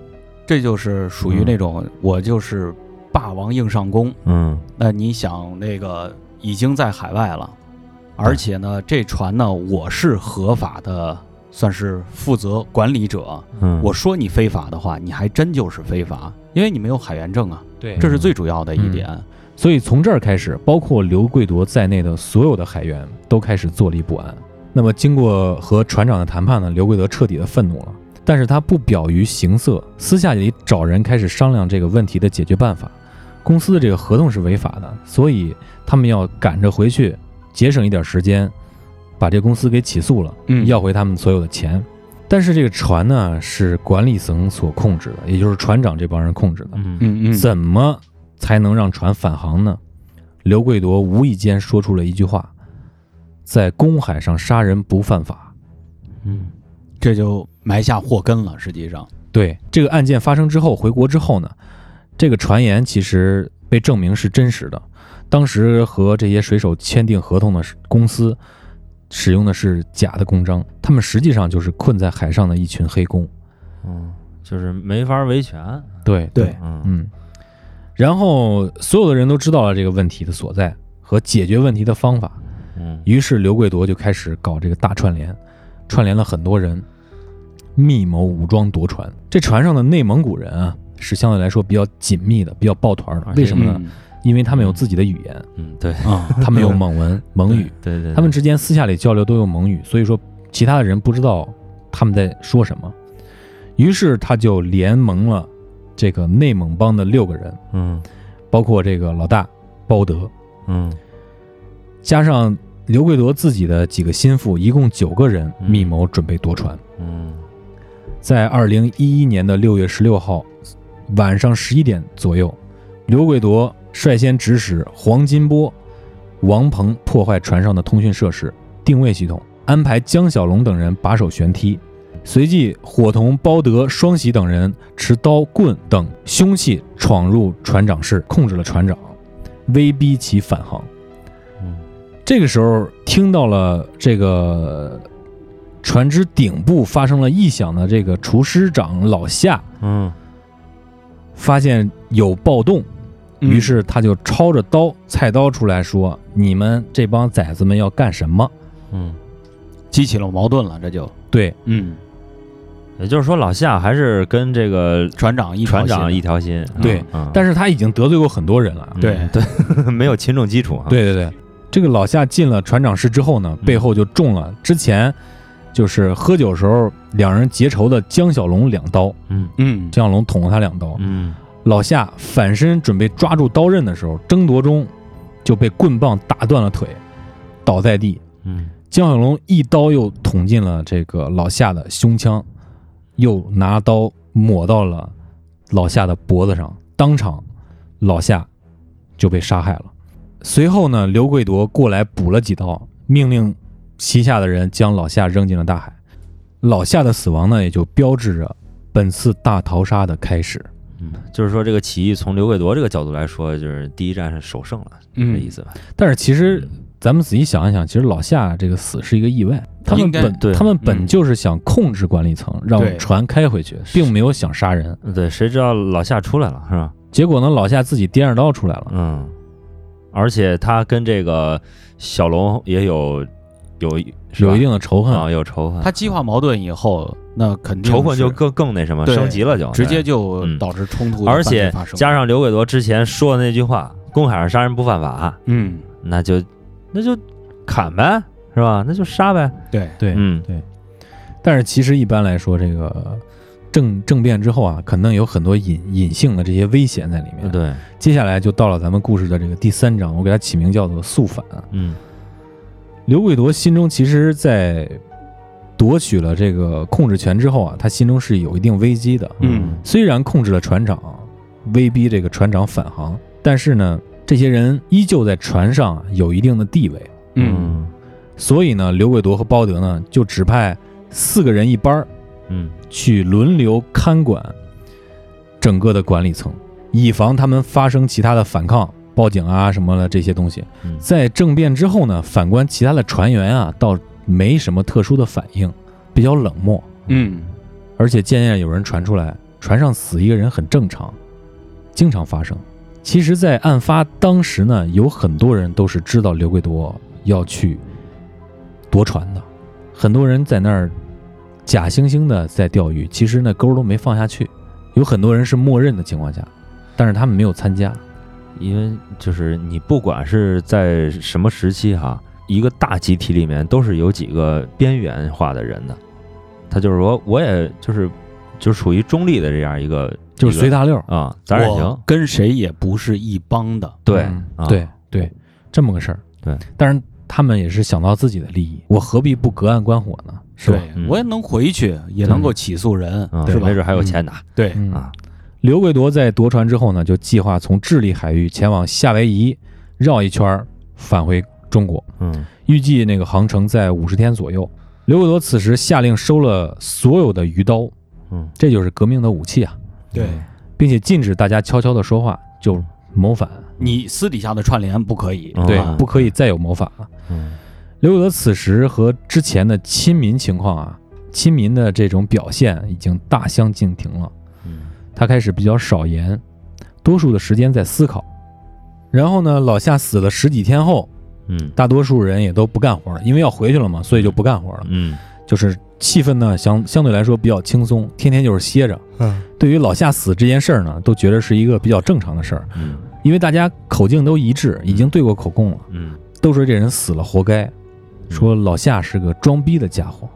[SPEAKER 7] 这就是属于那种、我就是霸王硬上弓。
[SPEAKER 6] 嗯
[SPEAKER 7] 那你想，那个已经在海外了，
[SPEAKER 6] 嗯
[SPEAKER 7] 而且呢，这船呢，我是合法的，算是负责管理者。
[SPEAKER 6] 嗯
[SPEAKER 7] 我说你非法的话，你还真就是非法，因为你没有海员证啊，
[SPEAKER 6] 嗯
[SPEAKER 5] 对
[SPEAKER 7] 这是最主要的一点。
[SPEAKER 5] 所以从这儿开始，包括刘贵夺在内的所有的海员都开始坐立不安。那么，经过和船长的谈判呢，刘贵德彻底的愤怒了，但是他不表于形色，私下里找人开始商量这个问题的解决办法。公司的这个合同是违法的，所以他们要赶着回去，节省一点时间，把这公司给起诉了，
[SPEAKER 7] 嗯
[SPEAKER 5] 要回他们所有的钱。但是这个船呢是管理层所控制的，也就是船长这帮人控制的。
[SPEAKER 6] 嗯嗯
[SPEAKER 7] 嗯嗯
[SPEAKER 5] 怎么才能让船返航呢？刘贵夺无意间说出了一句话：“在公海上杀人不犯法。
[SPEAKER 6] 嗯
[SPEAKER 7] 这就埋下祸根了。实际上，
[SPEAKER 5] 对”这个案件发生之后，回国之后呢，这个传言其实被证明是真实的。当时和这些水手签订合同的公司使用的是假的公章，他们实际上就是困在海上的一群黑工。
[SPEAKER 6] 嗯，就是没法维权。
[SPEAKER 5] 对
[SPEAKER 7] 对
[SPEAKER 6] 嗯
[SPEAKER 5] 嗯，然后所有的人都知道了这个问题的所在和解决问题的方法，
[SPEAKER 6] 嗯
[SPEAKER 5] 于是刘贵夺就开始搞这个大串联，串联了很多人，密谋武装夺船。这船上的内蒙古人啊，是相对来说比较紧密的，比较抱团的
[SPEAKER 6] 而。且
[SPEAKER 5] 为什么呢？
[SPEAKER 7] 嗯
[SPEAKER 5] 因为他们有自己的语 言，
[SPEAKER 6] 嗯，对
[SPEAKER 7] 啊，
[SPEAKER 5] 他们有蒙文、蒙语，
[SPEAKER 6] 对对，
[SPEAKER 5] 他们之间私下里交流都用蒙语，所以说其他的人不知道他们在说什么。于是他就联盟了这个内蒙帮的六个人，
[SPEAKER 6] 嗯
[SPEAKER 5] 包括这个老大包德，
[SPEAKER 6] 嗯
[SPEAKER 5] 加上刘贵夺自己的几个心腹，一共九个人
[SPEAKER 6] 嗯
[SPEAKER 5] 密谋准备夺船。
[SPEAKER 6] 嗯
[SPEAKER 5] 在二零一一年的六月十六号晚上十一点左右，刘贵夺率先指使黄金波、王鹏破坏船上的通讯设施、定位系统，安排江小龙等人把守舷梯。随即，伙同包德、双喜等人持刀、棍等凶器闯入船长室，控制了船长，威逼其返航。
[SPEAKER 6] 嗯
[SPEAKER 5] 这个时候听到了这个船只顶部发生了异响的这个厨师长老夏
[SPEAKER 6] 嗯
[SPEAKER 5] 发现有暴动，
[SPEAKER 7] 嗯
[SPEAKER 5] 于是他就抄着刀菜刀出来说：“你们这帮崽子们要干什么
[SPEAKER 6] 嗯，
[SPEAKER 7] 激起了矛盾了，这就？”
[SPEAKER 5] 对，
[SPEAKER 7] 嗯，
[SPEAKER 6] 也就是说，老夏还是跟这个
[SPEAKER 7] 船长一条
[SPEAKER 6] 船长
[SPEAKER 7] 心
[SPEAKER 6] 一条心。
[SPEAKER 5] 对
[SPEAKER 6] 嗯，
[SPEAKER 5] 但是他已经得罪过很多人了
[SPEAKER 6] 嗯。
[SPEAKER 7] 对
[SPEAKER 6] 对，没有群众基础啊。，
[SPEAKER 5] 对对对，这个老夏进了船长室之后呢，
[SPEAKER 6] 嗯
[SPEAKER 5] 背后就中了之前就是喝酒时候两人结仇的江小龙两刀，
[SPEAKER 6] 嗯
[SPEAKER 7] 嗯
[SPEAKER 5] 江小龙捅了他两刀。
[SPEAKER 6] 嗯
[SPEAKER 5] 老夏反身准备抓住刀刃的时候，争夺中就被棍棒打断了腿，倒在地。
[SPEAKER 6] 嗯
[SPEAKER 5] 江小龙一刀又捅进了这个老夏的胸腔，又拿刀抹到了老夏的脖子上，当场老夏就被杀害了。随后呢，刘贵夺过来补了几刀，命令旗下的人将老夏扔进了大海。老夏的死亡呢，也就标志着本次大逃杀的开始。
[SPEAKER 6] 嗯，就是说这个起义从刘贵夺这个角度来说，就是第一站是首胜了，这
[SPEAKER 7] 嗯
[SPEAKER 6] 意思吧？
[SPEAKER 5] 但是其实咱们仔细想一想，其实老夏这个死是一个意外，他们
[SPEAKER 7] 应该
[SPEAKER 5] 本
[SPEAKER 6] 对
[SPEAKER 5] 他们本
[SPEAKER 7] 嗯
[SPEAKER 5] 就是想控制管理层，
[SPEAKER 7] 对
[SPEAKER 5] 让船开回去，并没有想杀人。
[SPEAKER 6] 对，谁知道老夏出来了是吧？
[SPEAKER 5] 结果呢，老夏自己掂着刀出来了，
[SPEAKER 6] 嗯，而且他跟这个小龙也有有
[SPEAKER 5] 有一定的仇恨
[SPEAKER 6] 啊，有仇恨，
[SPEAKER 7] 它嗯激化矛盾以后，那肯定
[SPEAKER 6] 仇恨就是更更那什么，
[SPEAKER 7] 对
[SPEAKER 6] 升级了就
[SPEAKER 7] 直接
[SPEAKER 6] 对
[SPEAKER 7] 就
[SPEAKER 6] 嗯
[SPEAKER 7] 导致冲突，
[SPEAKER 6] 而且
[SPEAKER 7] 发生，
[SPEAKER 6] 加上刘伟铎之前说的那句话“公海上杀人不犯法
[SPEAKER 7] 嗯，”，
[SPEAKER 6] 那就那就砍呗，是吧？那就杀呗。
[SPEAKER 7] 对，
[SPEAKER 5] 对，
[SPEAKER 6] 嗯
[SPEAKER 5] 但是其实一般来说，这个政政变之后啊，可能有很多隐隐性的这些危险在里面。，
[SPEAKER 6] 对，
[SPEAKER 5] 接下来就到了咱们故事的这个第三章，我给它起名叫做“肃反”。
[SPEAKER 6] 嗯
[SPEAKER 5] 刘贵铎心中其实，在夺取了这个控制权之后啊，他心中是有一定危机的。
[SPEAKER 7] 嗯
[SPEAKER 5] 虽然控制了船长，威逼这个船长返航，但是呢，这些人依旧在船上啊有一定的地位。
[SPEAKER 7] 嗯，
[SPEAKER 5] 所以呢，刘贵铎和包德呢就指派四个人一班儿
[SPEAKER 6] 嗯
[SPEAKER 5] 去轮流看管整个的管理层，以防他们发生其他的反抗、报警啊什么的这些东西。
[SPEAKER 6] 嗯
[SPEAKER 5] 在政变之后呢，反观其他的船员啊，倒没什么特殊的反应，比较冷漠，
[SPEAKER 7] 嗯，
[SPEAKER 5] 而且渐渐有人传出来，船上死一个人很正常，经常发生。其实，在案发当时呢，有很多人都是知道刘贵铎要去夺船的，很多人在那儿假惺惺的在钓鱼，其实那钩都没放下去。有很多人是默认的情况下，但是他们没有参加。
[SPEAKER 6] 因为就是你不管是在什么时期哈，一个大集体里面都是有几个边缘化的人的，他就是说我也就是就属于中立的这样一个，
[SPEAKER 5] 就是随大溜儿，
[SPEAKER 6] 啊，咱也
[SPEAKER 7] 我
[SPEAKER 6] 行，
[SPEAKER 7] 跟谁也不是一帮的，
[SPEAKER 6] 对
[SPEAKER 5] 嗯
[SPEAKER 6] 啊
[SPEAKER 5] 对对，这么个事儿。
[SPEAKER 6] 对，
[SPEAKER 5] 但是他们也是想到自己的利益，我何必不隔岸观火呢？是吧？
[SPEAKER 7] 对
[SPEAKER 6] 嗯
[SPEAKER 7] 我也能回去，也能够起诉人
[SPEAKER 6] 啊，，
[SPEAKER 7] 是吧
[SPEAKER 6] 没？准还有钱拿
[SPEAKER 7] 对，
[SPEAKER 5] 嗯
[SPEAKER 6] 啊，
[SPEAKER 5] 刘贵铎在夺船之后呢，就计划从智利海域前往夏威夷绕一圈儿返回中国，
[SPEAKER 6] 嗯
[SPEAKER 5] 预计那个航程在五十天左右。刘贵铎此时下令收了所有的鱼刀，
[SPEAKER 6] 嗯，
[SPEAKER 5] 这就是革命的武器啊，
[SPEAKER 7] 对
[SPEAKER 5] 并且禁止大家悄悄的说话，就谋反，
[SPEAKER 7] 你私底下的串联不可以，
[SPEAKER 6] 嗯
[SPEAKER 5] 对
[SPEAKER 6] 啊，
[SPEAKER 5] 不可以再有谋反了。
[SPEAKER 6] 嗯
[SPEAKER 5] 刘有德此时和之前的亲民情况啊，亲民的这种表现已经大相径庭了。
[SPEAKER 6] 嗯
[SPEAKER 5] 他开始比较少言，多数的时间在思考。然后呢，老夏死了十几天后，
[SPEAKER 6] 嗯
[SPEAKER 5] 大多数人也都不干活了，因为要回去了嘛，所以就不干活了。
[SPEAKER 6] 嗯
[SPEAKER 5] 就是气氛呢，相相对来说比较轻松，天天就是歇着。
[SPEAKER 7] 嗯，
[SPEAKER 5] 对于老夏死这件事儿呢，都觉得是一个比较正常的事儿，
[SPEAKER 6] 嗯
[SPEAKER 5] 因为大家口径都一致，已经对过口供了，
[SPEAKER 6] 嗯
[SPEAKER 5] 都说这人死了活该，说老夏是个装逼的家伙。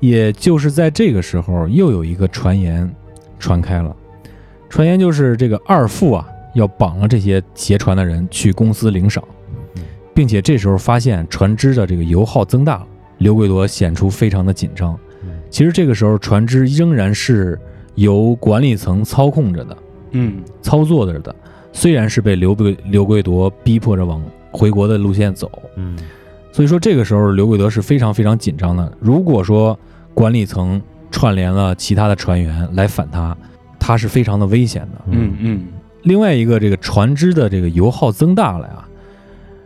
[SPEAKER 5] 也就是在这个时候，又有一个传言传开了，传言就是这个二副啊要绑了这些劫船的人去公司领赏
[SPEAKER 6] 嗯，
[SPEAKER 5] 并且这时候发现船只的这个油耗增大了，刘贵铎显出非常的紧张
[SPEAKER 6] 嗯。
[SPEAKER 5] 其实这个时候，船只仍然是由管理层操控着的，
[SPEAKER 7] 嗯
[SPEAKER 5] 操作着的，虽然是被刘贵刘贵铎逼迫着往回国的路线走，
[SPEAKER 6] 嗯
[SPEAKER 5] 所以说这个时候刘贵德是非常非常紧张的。如果说管理层串联了其他的船员来反他，他是非常的危险的。
[SPEAKER 7] 嗯嗯，
[SPEAKER 5] 另外一个，这个船只的这个油耗增大了呀，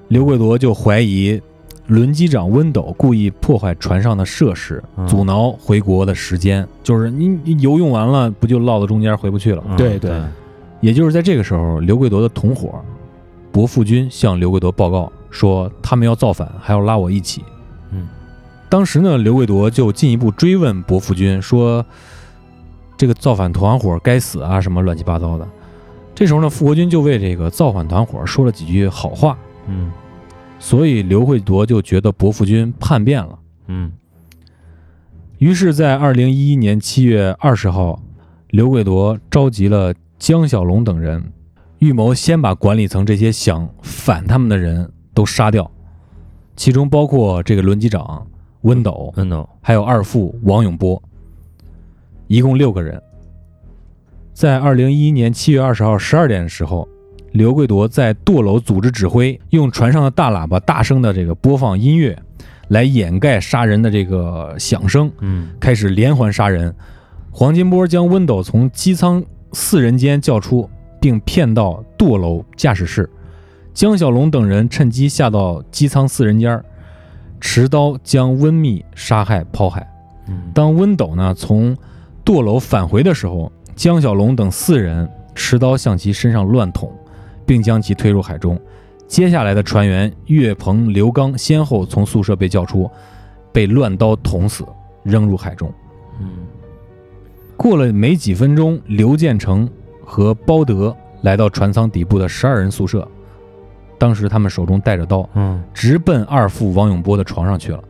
[SPEAKER 5] 刘贵铎就怀疑轮机长温斗故意破坏船上的设施
[SPEAKER 6] 嗯，
[SPEAKER 5] 阻挠回国的时间。就是你你油用完了，不就落到中间回不去了吗？
[SPEAKER 6] 嗯
[SPEAKER 7] 对
[SPEAKER 6] 对
[SPEAKER 7] 对，
[SPEAKER 5] 也就是在这个时候，刘贵铎的同伙伯父军向刘贵铎报告说，他们要造反，还要拉我一起。
[SPEAKER 6] 嗯，
[SPEAKER 5] 当时呢，刘贵铎就进一步追问伯父军说，这个造反团伙该死啊，什么乱七八糟的。这时候呢，傅国军就为这个造反团伙说了几句好话，
[SPEAKER 6] 嗯
[SPEAKER 5] 所以刘贵铎就觉得伯父军叛变了。
[SPEAKER 6] 嗯
[SPEAKER 5] 于是，在二零一一年七月二十号，刘贵铎召集了江小龙等人，预谋先把管理层这些想反他们的人都杀掉，其中包括这个轮机长温斗，
[SPEAKER 6] 嗯，no，
[SPEAKER 5] 还有二副王永波，一共六个人。在二零一一年七月二十号十二点的时候，刘贵铎在舵楼组织指挥，用船上的大喇叭大声的这个播放音乐，来掩盖杀人的这个响声。
[SPEAKER 6] 嗯
[SPEAKER 5] 开始连环杀人。黄金波将温斗从机舱四人间叫出，并骗到舵楼驾驶室。江小龙等人趁机下到机舱四人间儿，持刀将温密杀害抛海。
[SPEAKER 6] 嗯
[SPEAKER 5] 当温斗呢从舵楼返回的时候，江小龙等四人持刀向其身上乱捅，并将其推入海中。接下来的船员岳鹏、刘刚先后从宿舍被叫出，被乱刀捅死，扔入海中。
[SPEAKER 6] 嗯
[SPEAKER 5] 过了没几分钟，刘建成和包德来到船舱底部的十二人宿舍，当时他们手中带着刀，
[SPEAKER 6] 嗯
[SPEAKER 5] 直奔二副王永波的床上去了。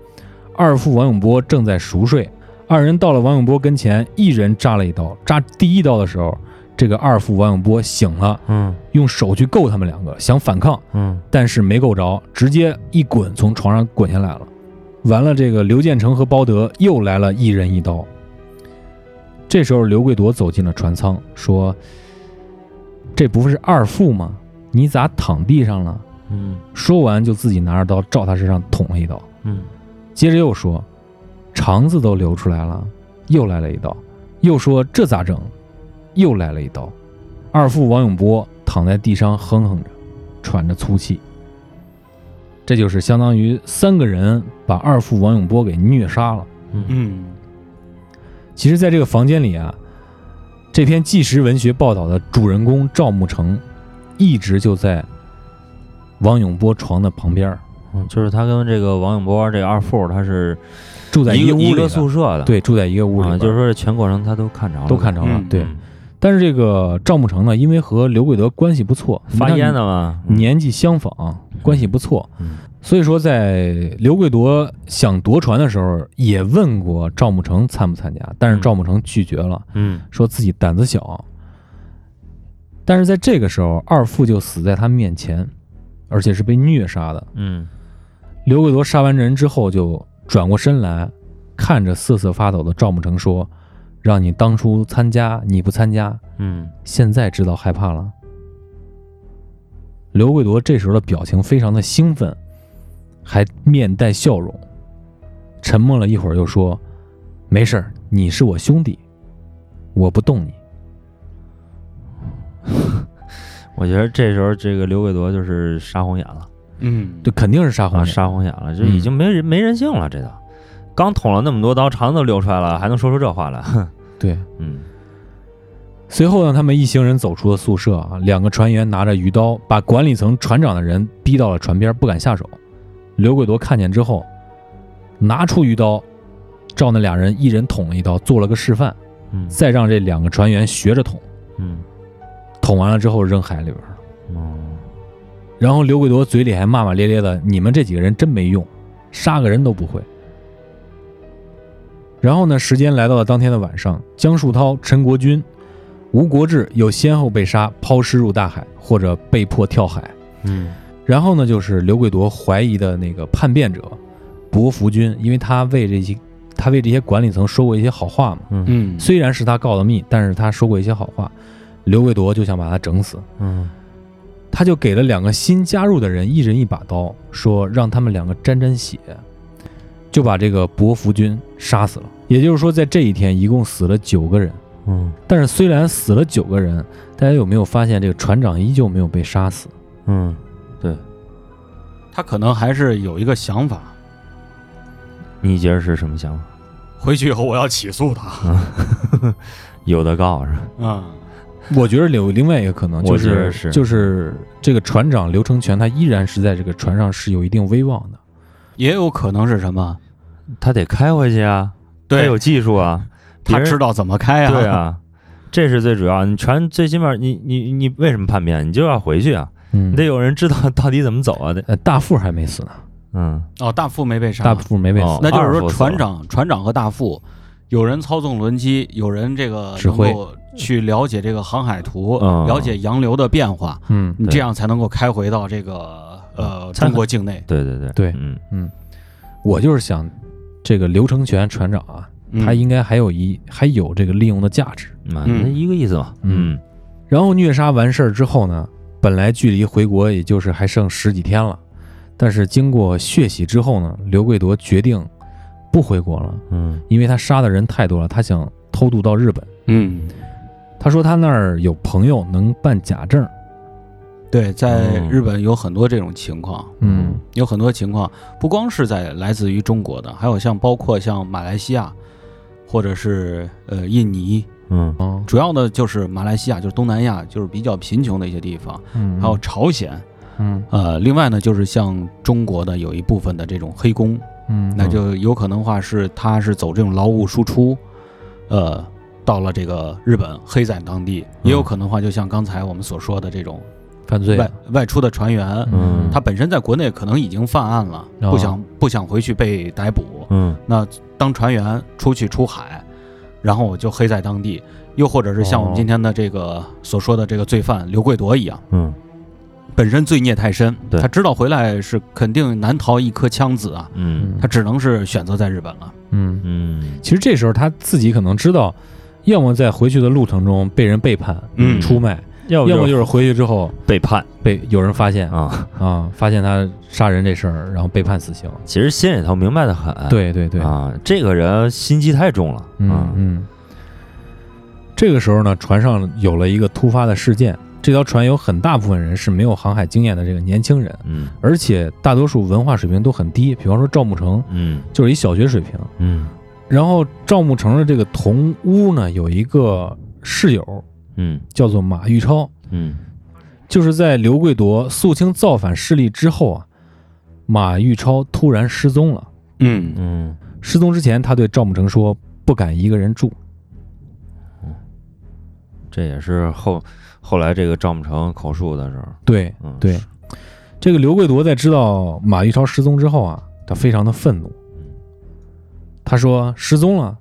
[SPEAKER 5] 二副王永波正在熟睡，二人到了王永波跟前，一人扎了一刀。扎第一刀的时候，这个二副王永波醒了，
[SPEAKER 6] 嗯
[SPEAKER 5] 用手去够他们两个，想反抗，
[SPEAKER 6] 嗯
[SPEAKER 5] 但是没够着，直接一滚从床上滚下来了。完了，这个刘建成和包德又来了一人一刀。这时候，刘贵铎走进了船舱，说：“这不是二副吗？你咋躺地上了？”
[SPEAKER 6] 嗯
[SPEAKER 5] 说完就自己拿着刀照他身上捅了一刀，
[SPEAKER 6] 嗯
[SPEAKER 5] 接着又说：“肠子都流出来了。”又来了一刀，又说：“这咋整？”又来了一刀。二副王永波躺在地上哼哼着，喘着粗气。这就是相当于三个人把二副王永波给虐杀了。
[SPEAKER 6] 嗯
[SPEAKER 7] 嗯
[SPEAKER 5] 其实，在这个房间里啊，这篇纪实文学报道的主人公赵慕成，一直就在王永波床的旁边儿，
[SPEAKER 6] 嗯，就是他跟这个王永波这个二副，他是
[SPEAKER 5] 住在
[SPEAKER 6] 一
[SPEAKER 5] 个
[SPEAKER 6] 个
[SPEAKER 5] 屋里
[SPEAKER 6] 一个
[SPEAKER 5] 的
[SPEAKER 6] 宿舍的，
[SPEAKER 5] 对，住在一个屋里边
[SPEAKER 6] 啊，
[SPEAKER 5] 儿，
[SPEAKER 6] 就是说这全过程他都看着了，
[SPEAKER 5] 都看着了。
[SPEAKER 7] 嗯
[SPEAKER 5] 对，
[SPEAKER 6] 嗯
[SPEAKER 5] 但是这个赵慕成呢，因为和刘贵德关系不错，
[SPEAKER 6] 发烟
[SPEAKER 5] 呢
[SPEAKER 6] 的嘛，嗯
[SPEAKER 5] 年纪相仿，关系不错，
[SPEAKER 6] 嗯
[SPEAKER 5] 所以说在刘贵夺想夺船的时候，也问过赵慕成参不参加，但是
[SPEAKER 6] 嗯
[SPEAKER 5] 赵慕成拒绝了，
[SPEAKER 6] 嗯
[SPEAKER 5] 说自己胆子小。但是在这个时候，二副就死在他面前，而且是被虐杀的。
[SPEAKER 6] 嗯
[SPEAKER 5] 刘贵夺杀完人之后，就转过身来，看着瑟瑟发抖的赵慕成说：“让你当初参加，你不参加，
[SPEAKER 6] 嗯
[SPEAKER 5] 现在知道害怕了。刘贵铎这时候的表情非常的兴奋，还面带笑容，沉默了一会儿，又说：“没事儿，你是我兄弟，我不动你。
[SPEAKER 6] 我觉得这时候这个刘贵铎就是杀红眼了
[SPEAKER 7] 嗯，”
[SPEAKER 5] 这肯定是杀红
[SPEAKER 6] 啊，
[SPEAKER 5] 眼。
[SPEAKER 6] 杀红眼了，这已经没人没人性了，这都刚捅了那么多刀，肠子都流出来了，还能说出这 话来？哼
[SPEAKER 5] 对。
[SPEAKER 6] 嗯
[SPEAKER 5] 随后呢，他们一行人走出了宿舍啊，两个船员拿着鱼刀，把管理层船长的人逼到了船边，不敢下手。刘贵铎看见之后，拿出鱼刀，照那俩人一人捅了一刀，做了个示范。
[SPEAKER 6] 嗯
[SPEAKER 5] 再让这两个船员学着捅，
[SPEAKER 6] 嗯
[SPEAKER 5] 捅完了之后扔海里边儿。
[SPEAKER 6] 嗯
[SPEAKER 5] 然后刘贵铎嘴里还骂骂咧咧的：“你们这几个人真没用，杀个人都不会。”然后呢，时间来到了当天的晚上，江树涛、陈国军、吴国志又先后被杀，抛尸入大海或者被迫跳海。
[SPEAKER 6] 嗯
[SPEAKER 5] 然后呢，就是刘贵铎怀疑的那个叛变者薄福军，因为他为这些他为这些管理层说过一些好话嘛。
[SPEAKER 6] 嗯
[SPEAKER 7] 嗯
[SPEAKER 5] 虽然是他告的密，但是他说过一些好话，刘贵铎就想把他整死。
[SPEAKER 6] 嗯
[SPEAKER 5] 他就给了两个新加入的人一人一把刀，说让他们两个沾沾血，就把这个薄福军杀死了。也就是说，在这一天一共死了九个人。
[SPEAKER 6] 嗯
[SPEAKER 5] 但是虽然死了九个人，大家有没有发现这个船长依旧没有被杀死？
[SPEAKER 6] 嗯，
[SPEAKER 7] 他可能还是有一个想法，
[SPEAKER 6] 你觉得是什么想法？
[SPEAKER 7] 回去以后我要起诉他。
[SPEAKER 6] 有的告是吧？
[SPEAKER 7] 嗯
[SPEAKER 5] 我觉得有另外一个可能，就
[SPEAKER 6] 我觉
[SPEAKER 5] 是
[SPEAKER 6] 得是
[SPEAKER 5] 就是这个船长刘成全，他依然是在这个船上是有一定威望的。
[SPEAKER 7] 也有可能是什么？
[SPEAKER 6] 他得开回去啊，他有技术啊，别
[SPEAKER 7] 他
[SPEAKER 6] 人
[SPEAKER 7] 知道怎么开啊。
[SPEAKER 6] 对，啊，这是最主要。你船最起码你你你为什么叛变？你就要回去啊，
[SPEAKER 5] 嗯
[SPEAKER 6] 你得，有人知道到底怎么走啊，得
[SPEAKER 5] 呃，大副还没死呢，
[SPEAKER 6] 嗯
[SPEAKER 7] 哦，大副没被杀，
[SPEAKER 5] 大副没被死，
[SPEAKER 6] 哦
[SPEAKER 7] 那就是
[SPEAKER 6] 二副
[SPEAKER 7] 说
[SPEAKER 6] 死
[SPEAKER 7] 船
[SPEAKER 6] 了
[SPEAKER 7] 长、船长和大副，有人操纵轮机，有人这个
[SPEAKER 5] 指挥
[SPEAKER 7] 能够去了解这个航海图，
[SPEAKER 6] 嗯
[SPEAKER 7] 了解洋流的变化，
[SPEAKER 5] 嗯，
[SPEAKER 7] 你
[SPEAKER 6] 对
[SPEAKER 7] 这样才能够开回到这个呃
[SPEAKER 6] 才能
[SPEAKER 7] 中国境内。
[SPEAKER 6] 对对对
[SPEAKER 5] 对
[SPEAKER 6] 嗯
[SPEAKER 5] 我就是想，这个刘成全船长啊，
[SPEAKER 7] 嗯
[SPEAKER 5] 他应该还有一还有这个利用的价值。
[SPEAKER 6] 嘛，
[SPEAKER 7] 嗯
[SPEAKER 6] 那一个意思嘛，
[SPEAKER 5] 嗯
[SPEAKER 6] 嗯
[SPEAKER 5] 然后虐杀完事儿之后呢，本来距离回国也就是还剩十几天了，但是经过血洗之后呢，刘贵铎决定不回国了，
[SPEAKER 6] 嗯
[SPEAKER 5] 因为他杀的人太多了，他想偷渡到日本。
[SPEAKER 7] 嗯，
[SPEAKER 5] 他说他那儿有朋友能办假证，
[SPEAKER 7] 对，在
[SPEAKER 6] 嗯
[SPEAKER 7] 日本有很多这种情况，
[SPEAKER 5] 嗯
[SPEAKER 7] 有很多情况不光是在来自于中国的，还有像包括像马来西亚，或者是呃印尼，
[SPEAKER 6] 嗯
[SPEAKER 5] 哦，
[SPEAKER 7] 主要的就是马来西亚，就是东南亚，就是比较贫穷的一些地方，
[SPEAKER 5] 嗯，
[SPEAKER 7] 还有朝鲜。
[SPEAKER 5] 嗯
[SPEAKER 7] 呃，另外呢，就是像中国的有一部分的这种黑工，
[SPEAKER 5] 嗯，
[SPEAKER 7] 那就有可能话是他是走这种劳务输出，呃，到了这个日本黑在当地，
[SPEAKER 6] 嗯
[SPEAKER 7] 也有可能话就像刚才我们所说的这种
[SPEAKER 5] 犯罪，
[SPEAKER 7] 外外出的船员，
[SPEAKER 6] 嗯
[SPEAKER 7] 他本身在国内可能已经犯案了，
[SPEAKER 5] 哦
[SPEAKER 7] 不想不想回去被逮捕，
[SPEAKER 6] 嗯
[SPEAKER 7] 那当船员出去出海，然后我就黑在当地，又或者是像我们
[SPEAKER 6] 哦
[SPEAKER 7] 今天的这个所说的这个罪犯刘贵夺一样。
[SPEAKER 6] 嗯
[SPEAKER 7] 本身罪孽太深，
[SPEAKER 6] 对
[SPEAKER 7] 他知道回来是肯定难逃一颗枪子啊，
[SPEAKER 6] 嗯
[SPEAKER 7] 他只能是选择在日本了。
[SPEAKER 5] 嗯，
[SPEAKER 6] 嗯
[SPEAKER 5] 其实这时候他自己可能知道，要么在回去的路程中被人背叛、
[SPEAKER 7] 嗯
[SPEAKER 5] 出卖，
[SPEAKER 6] 要
[SPEAKER 5] 要么
[SPEAKER 6] 就
[SPEAKER 5] 就是回去之后
[SPEAKER 6] 背叛
[SPEAKER 5] 被有人发现
[SPEAKER 6] 啊。
[SPEAKER 5] 啊，发现他杀人这事儿，然后被判死刑。
[SPEAKER 6] 其实心里头明白的很，
[SPEAKER 5] 对对对，
[SPEAKER 6] 啊，这个人心机太重了，啊
[SPEAKER 5] 嗯嗯。这个时候呢，船上有了一个突发的事件，这条船有很大部分人是没有航海经验的这个年轻人，
[SPEAKER 6] 嗯
[SPEAKER 5] 而且大多数文化水平都很低，比方说赵慕成
[SPEAKER 6] 嗯
[SPEAKER 5] 就是一小学水平。
[SPEAKER 6] 嗯
[SPEAKER 5] 然后赵慕成的这个同屋呢，有一个室友
[SPEAKER 6] 嗯
[SPEAKER 5] 叫做马玉超，
[SPEAKER 6] 嗯
[SPEAKER 5] 就是在刘贵夺肃清造反势力之后啊，马玉超突然失踪了。
[SPEAKER 7] 嗯
[SPEAKER 6] 嗯
[SPEAKER 5] 失踪之前，他对赵慕成说不敢一个人住。
[SPEAKER 6] 这也是后后来这个赵慕成口述的时候，
[SPEAKER 5] 对
[SPEAKER 6] 嗯
[SPEAKER 5] 对，这个刘贵夺在知道马玉超失踪之后啊，他非常的愤怒。他说失踪了，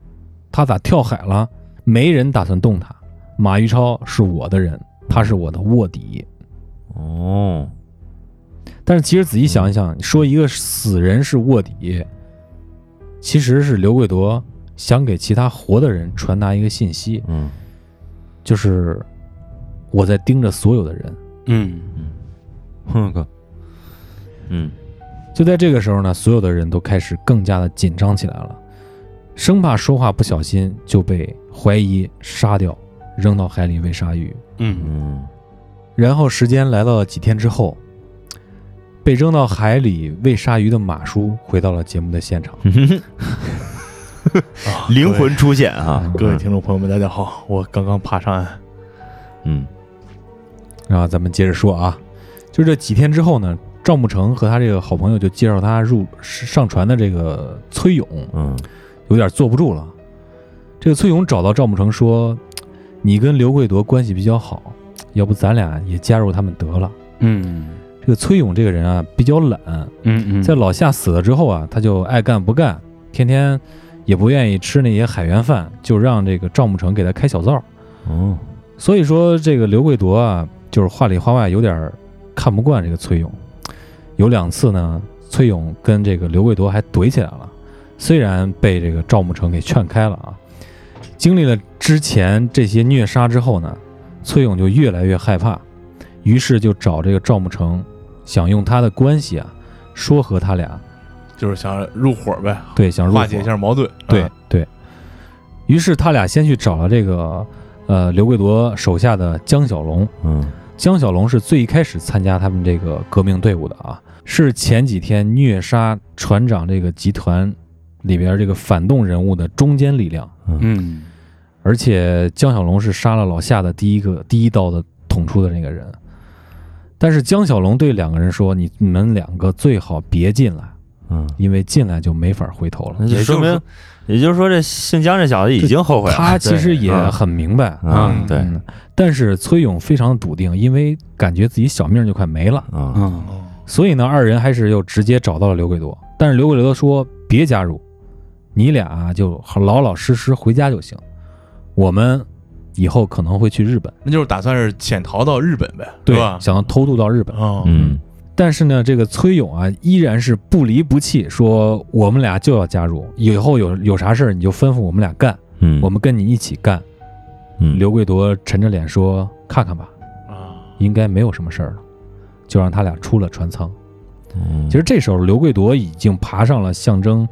[SPEAKER 5] 他咋跳海了？没人打算动他。马玉超是我的人，他是我的卧底。
[SPEAKER 6] 哦，
[SPEAKER 5] 但是其实仔细想一想，说一个死人是卧底，其实是刘贵夺想给其他活的人传达一个信息，
[SPEAKER 6] 嗯
[SPEAKER 5] 就是我在盯着所有的人。
[SPEAKER 7] 嗯
[SPEAKER 6] 哼个，嗯
[SPEAKER 5] 就在这个时候呢，所有的人都开始更加的紧张起来了，生怕说话不小心就被怀疑杀掉，扔到海里喂鲨鱼。
[SPEAKER 7] 嗯
[SPEAKER 6] 嗯
[SPEAKER 5] 然后时间来到了几天之后，被扔到海里喂鲨鱼的马叔回到了节目的现场。
[SPEAKER 1] 啊
[SPEAKER 6] 灵魂出现
[SPEAKER 5] 嗯
[SPEAKER 6] 啊，
[SPEAKER 1] 各位。各位听众朋友们，大家好，我刚刚爬上岸。
[SPEAKER 6] 嗯
[SPEAKER 5] 然后咱们接着说啊，就这几天之后呢，赵慕成和他这个好朋友就介绍他入上船的这个崔勇，
[SPEAKER 6] 嗯
[SPEAKER 5] 有点坐不住了。这个崔勇找到赵慕成说：“你跟刘贵夺关系比较好，要不咱俩也加入他们得了。
[SPEAKER 7] 嗯”
[SPEAKER 5] 这个崔勇这个人啊比较懒，
[SPEAKER 7] 嗯
[SPEAKER 5] 在老夏死了之后啊，他就爱干不干，天天也不愿意吃那些海员饭，就让这个赵慕成给他开小灶。
[SPEAKER 6] 哦
[SPEAKER 5] 所以说这个刘贵夺啊，就是话里话外有点儿看不惯这个崔勇。有两次呢，崔勇跟这个刘贵夺还怼起来了，虽然被这个赵慕成给劝开了啊。经历了之前这些虐杀之后呢，崔勇就越来越害怕，于是就找这个赵慕成，想用他的关系啊，说和他俩
[SPEAKER 1] 就是想入伙呗，
[SPEAKER 5] 对啊想入伙
[SPEAKER 1] 化解一下矛盾。
[SPEAKER 5] 对
[SPEAKER 1] 啊
[SPEAKER 5] 对。于是他俩先去找了这个呃刘贵夺手下的江小龙，
[SPEAKER 6] 嗯
[SPEAKER 5] 江小龙是最一开始参加他们这个革命队伍的啊，是前几天虐杀船长这个集团里边这个反动人物的中坚力量，
[SPEAKER 7] 嗯
[SPEAKER 5] 而且江小龙是杀了老夏的第一个第一刀的捅出的那个人。但是江小龙对两个人说：“你你们两个最好别进来，
[SPEAKER 6] 嗯，
[SPEAKER 5] 因为进来就没法回头了。
[SPEAKER 6] 那就说明，也就是说这姓江这小子已经后”悔了，
[SPEAKER 5] 他其实也很明白，
[SPEAKER 6] 啊对
[SPEAKER 5] 嗯，但是崔勇非常笃定，因为感觉自己小命就快没了。
[SPEAKER 6] 啊
[SPEAKER 7] 嗯
[SPEAKER 5] 所以呢，二人还是又直接找到了刘贵多，但是刘贵多说别加入，你俩啊就老老实实回家就行，我们以后可能会去日本，
[SPEAKER 1] 那就是打算是潜逃到日本呗，
[SPEAKER 5] 对
[SPEAKER 1] 是吧？
[SPEAKER 5] 想要偷渡到日本。
[SPEAKER 1] 哦，
[SPEAKER 6] 嗯
[SPEAKER 5] 但是呢，这个崔勇啊，依然是不离不弃，说我们俩就要加入，以后有有啥事儿你就吩咐我们俩干，
[SPEAKER 6] 嗯，
[SPEAKER 5] 我们跟你一起干。
[SPEAKER 6] 嗯
[SPEAKER 5] 刘贵多沉着脸说：“看看吧，
[SPEAKER 1] 啊，
[SPEAKER 5] 应该没有什么事儿了。”就让他俩出了船舱。
[SPEAKER 6] 嗯
[SPEAKER 5] 其实这时候，刘贵夺已经爬上了象征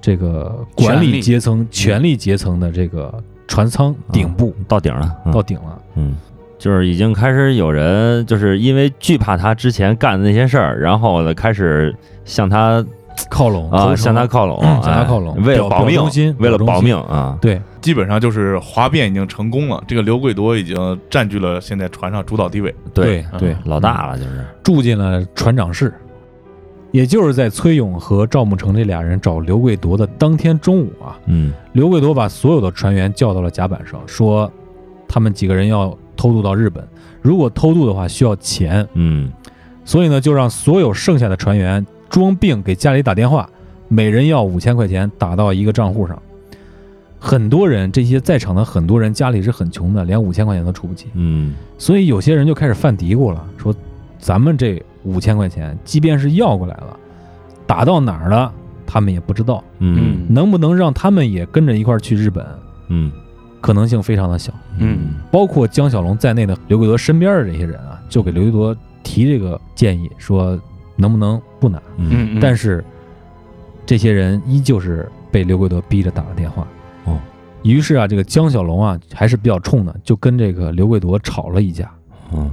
[SPEAKER 5] 这个管理阶层、权力阶层的这个船舱顶部、
[SPEAKER 6] 到顶了，嗯嗯
[SPEAKER 5] 到顶了。
[SPEAKER 6] 嗯，就是已经开始有人就是因为惧怕他之前干的那些事儿，然后呢开始向他
[SPEAKER 5] 靠拢
[SPEAKER 6] 啊
[SPEAKER 5] 投诚
[SPEAKER 6] 向他靠拢，
[SPEAKER 5] 哦嗯向他
[SPEAKER 6] 哎
[SPEAKER 5] 靠拢
[SPEAKER 6] 为
[SPEAKER 5] 表
[SPEAKER 6] 了保
[SPEAKER 5] 表
[SPEAKER 6] 命
[SPEAKER 5] 忠心，
[SPEAKER 6] 为了
[SPEAKER 5] 表忠
[SPEAKER 6] 保
[SPEAKER 5] 心
[SPEAKER 6] 命啊，
[SPEAKER 5] 对
[SPEAKER 1] 基本上就是哗变已经成功了，这个刘贵夺已经占据了
[SPEAKER 6] 嗯
[SPEAKER 1] 现在船上主导地位。
[SPEAKER 5] 对对
[SPEAKER 6] 老大了就是，
[SPEAKER 5] 住进了船长室。也就是在崔永和赵慕成这俩人找刘贵夺的当天中午啊，
[SPEAKER 6] 嗯
[SPEAKER 5] 刘贵夺把所有的船员叫到了甲板上，说他们几个人要偷渡到日本，如果偷渡的话需要钱，
[SPEAKER 6] 嗯
[SPEAKER 5] 所以呢就让所有剩下的船员装病给家里打电话，每人要五千块钱打到一个账户上。很多人，这些在场的很多人家里是很穷的，连五千块钱都出不起，
[SPEAKER 6] 嗯
[SPEAKER 5] 所以有些人就开始犯嘀咕了，说咱们这五千块钱，即便是要过来了，打到哪儿了他们也不知道，
[SPEAKER 3] Hmm.
[SPEAKER 6] 嗯
[SPEAKER 5] 能不能让他们也跟着一块儿去日本，
[SPEAKER 6] 嗯
[SPEAKER 5] 可能性非常的小。
[SPEAKER 7] 嗯
[SPEAKER 5] 包括江小龙在内的刘贵德身边的这些人啊，就给刘贵德提这个建议，说能不能不拿？
[SPEAKER 3] Hmm.
[SPEAKER 6] 嗯
[SPEAKER 5] 但
[SPEAKER 7] 是
[SPEAKER 5] 是这些人依旧是被刘贵德逼着打了电话。
[SPEAKER 6] 哦，
[SPEAKER 5] 于是啊，这个江小龙啊还是比较冲的，就跟这个刘贵德吵了一架。
[SPEAKER 6] 嗯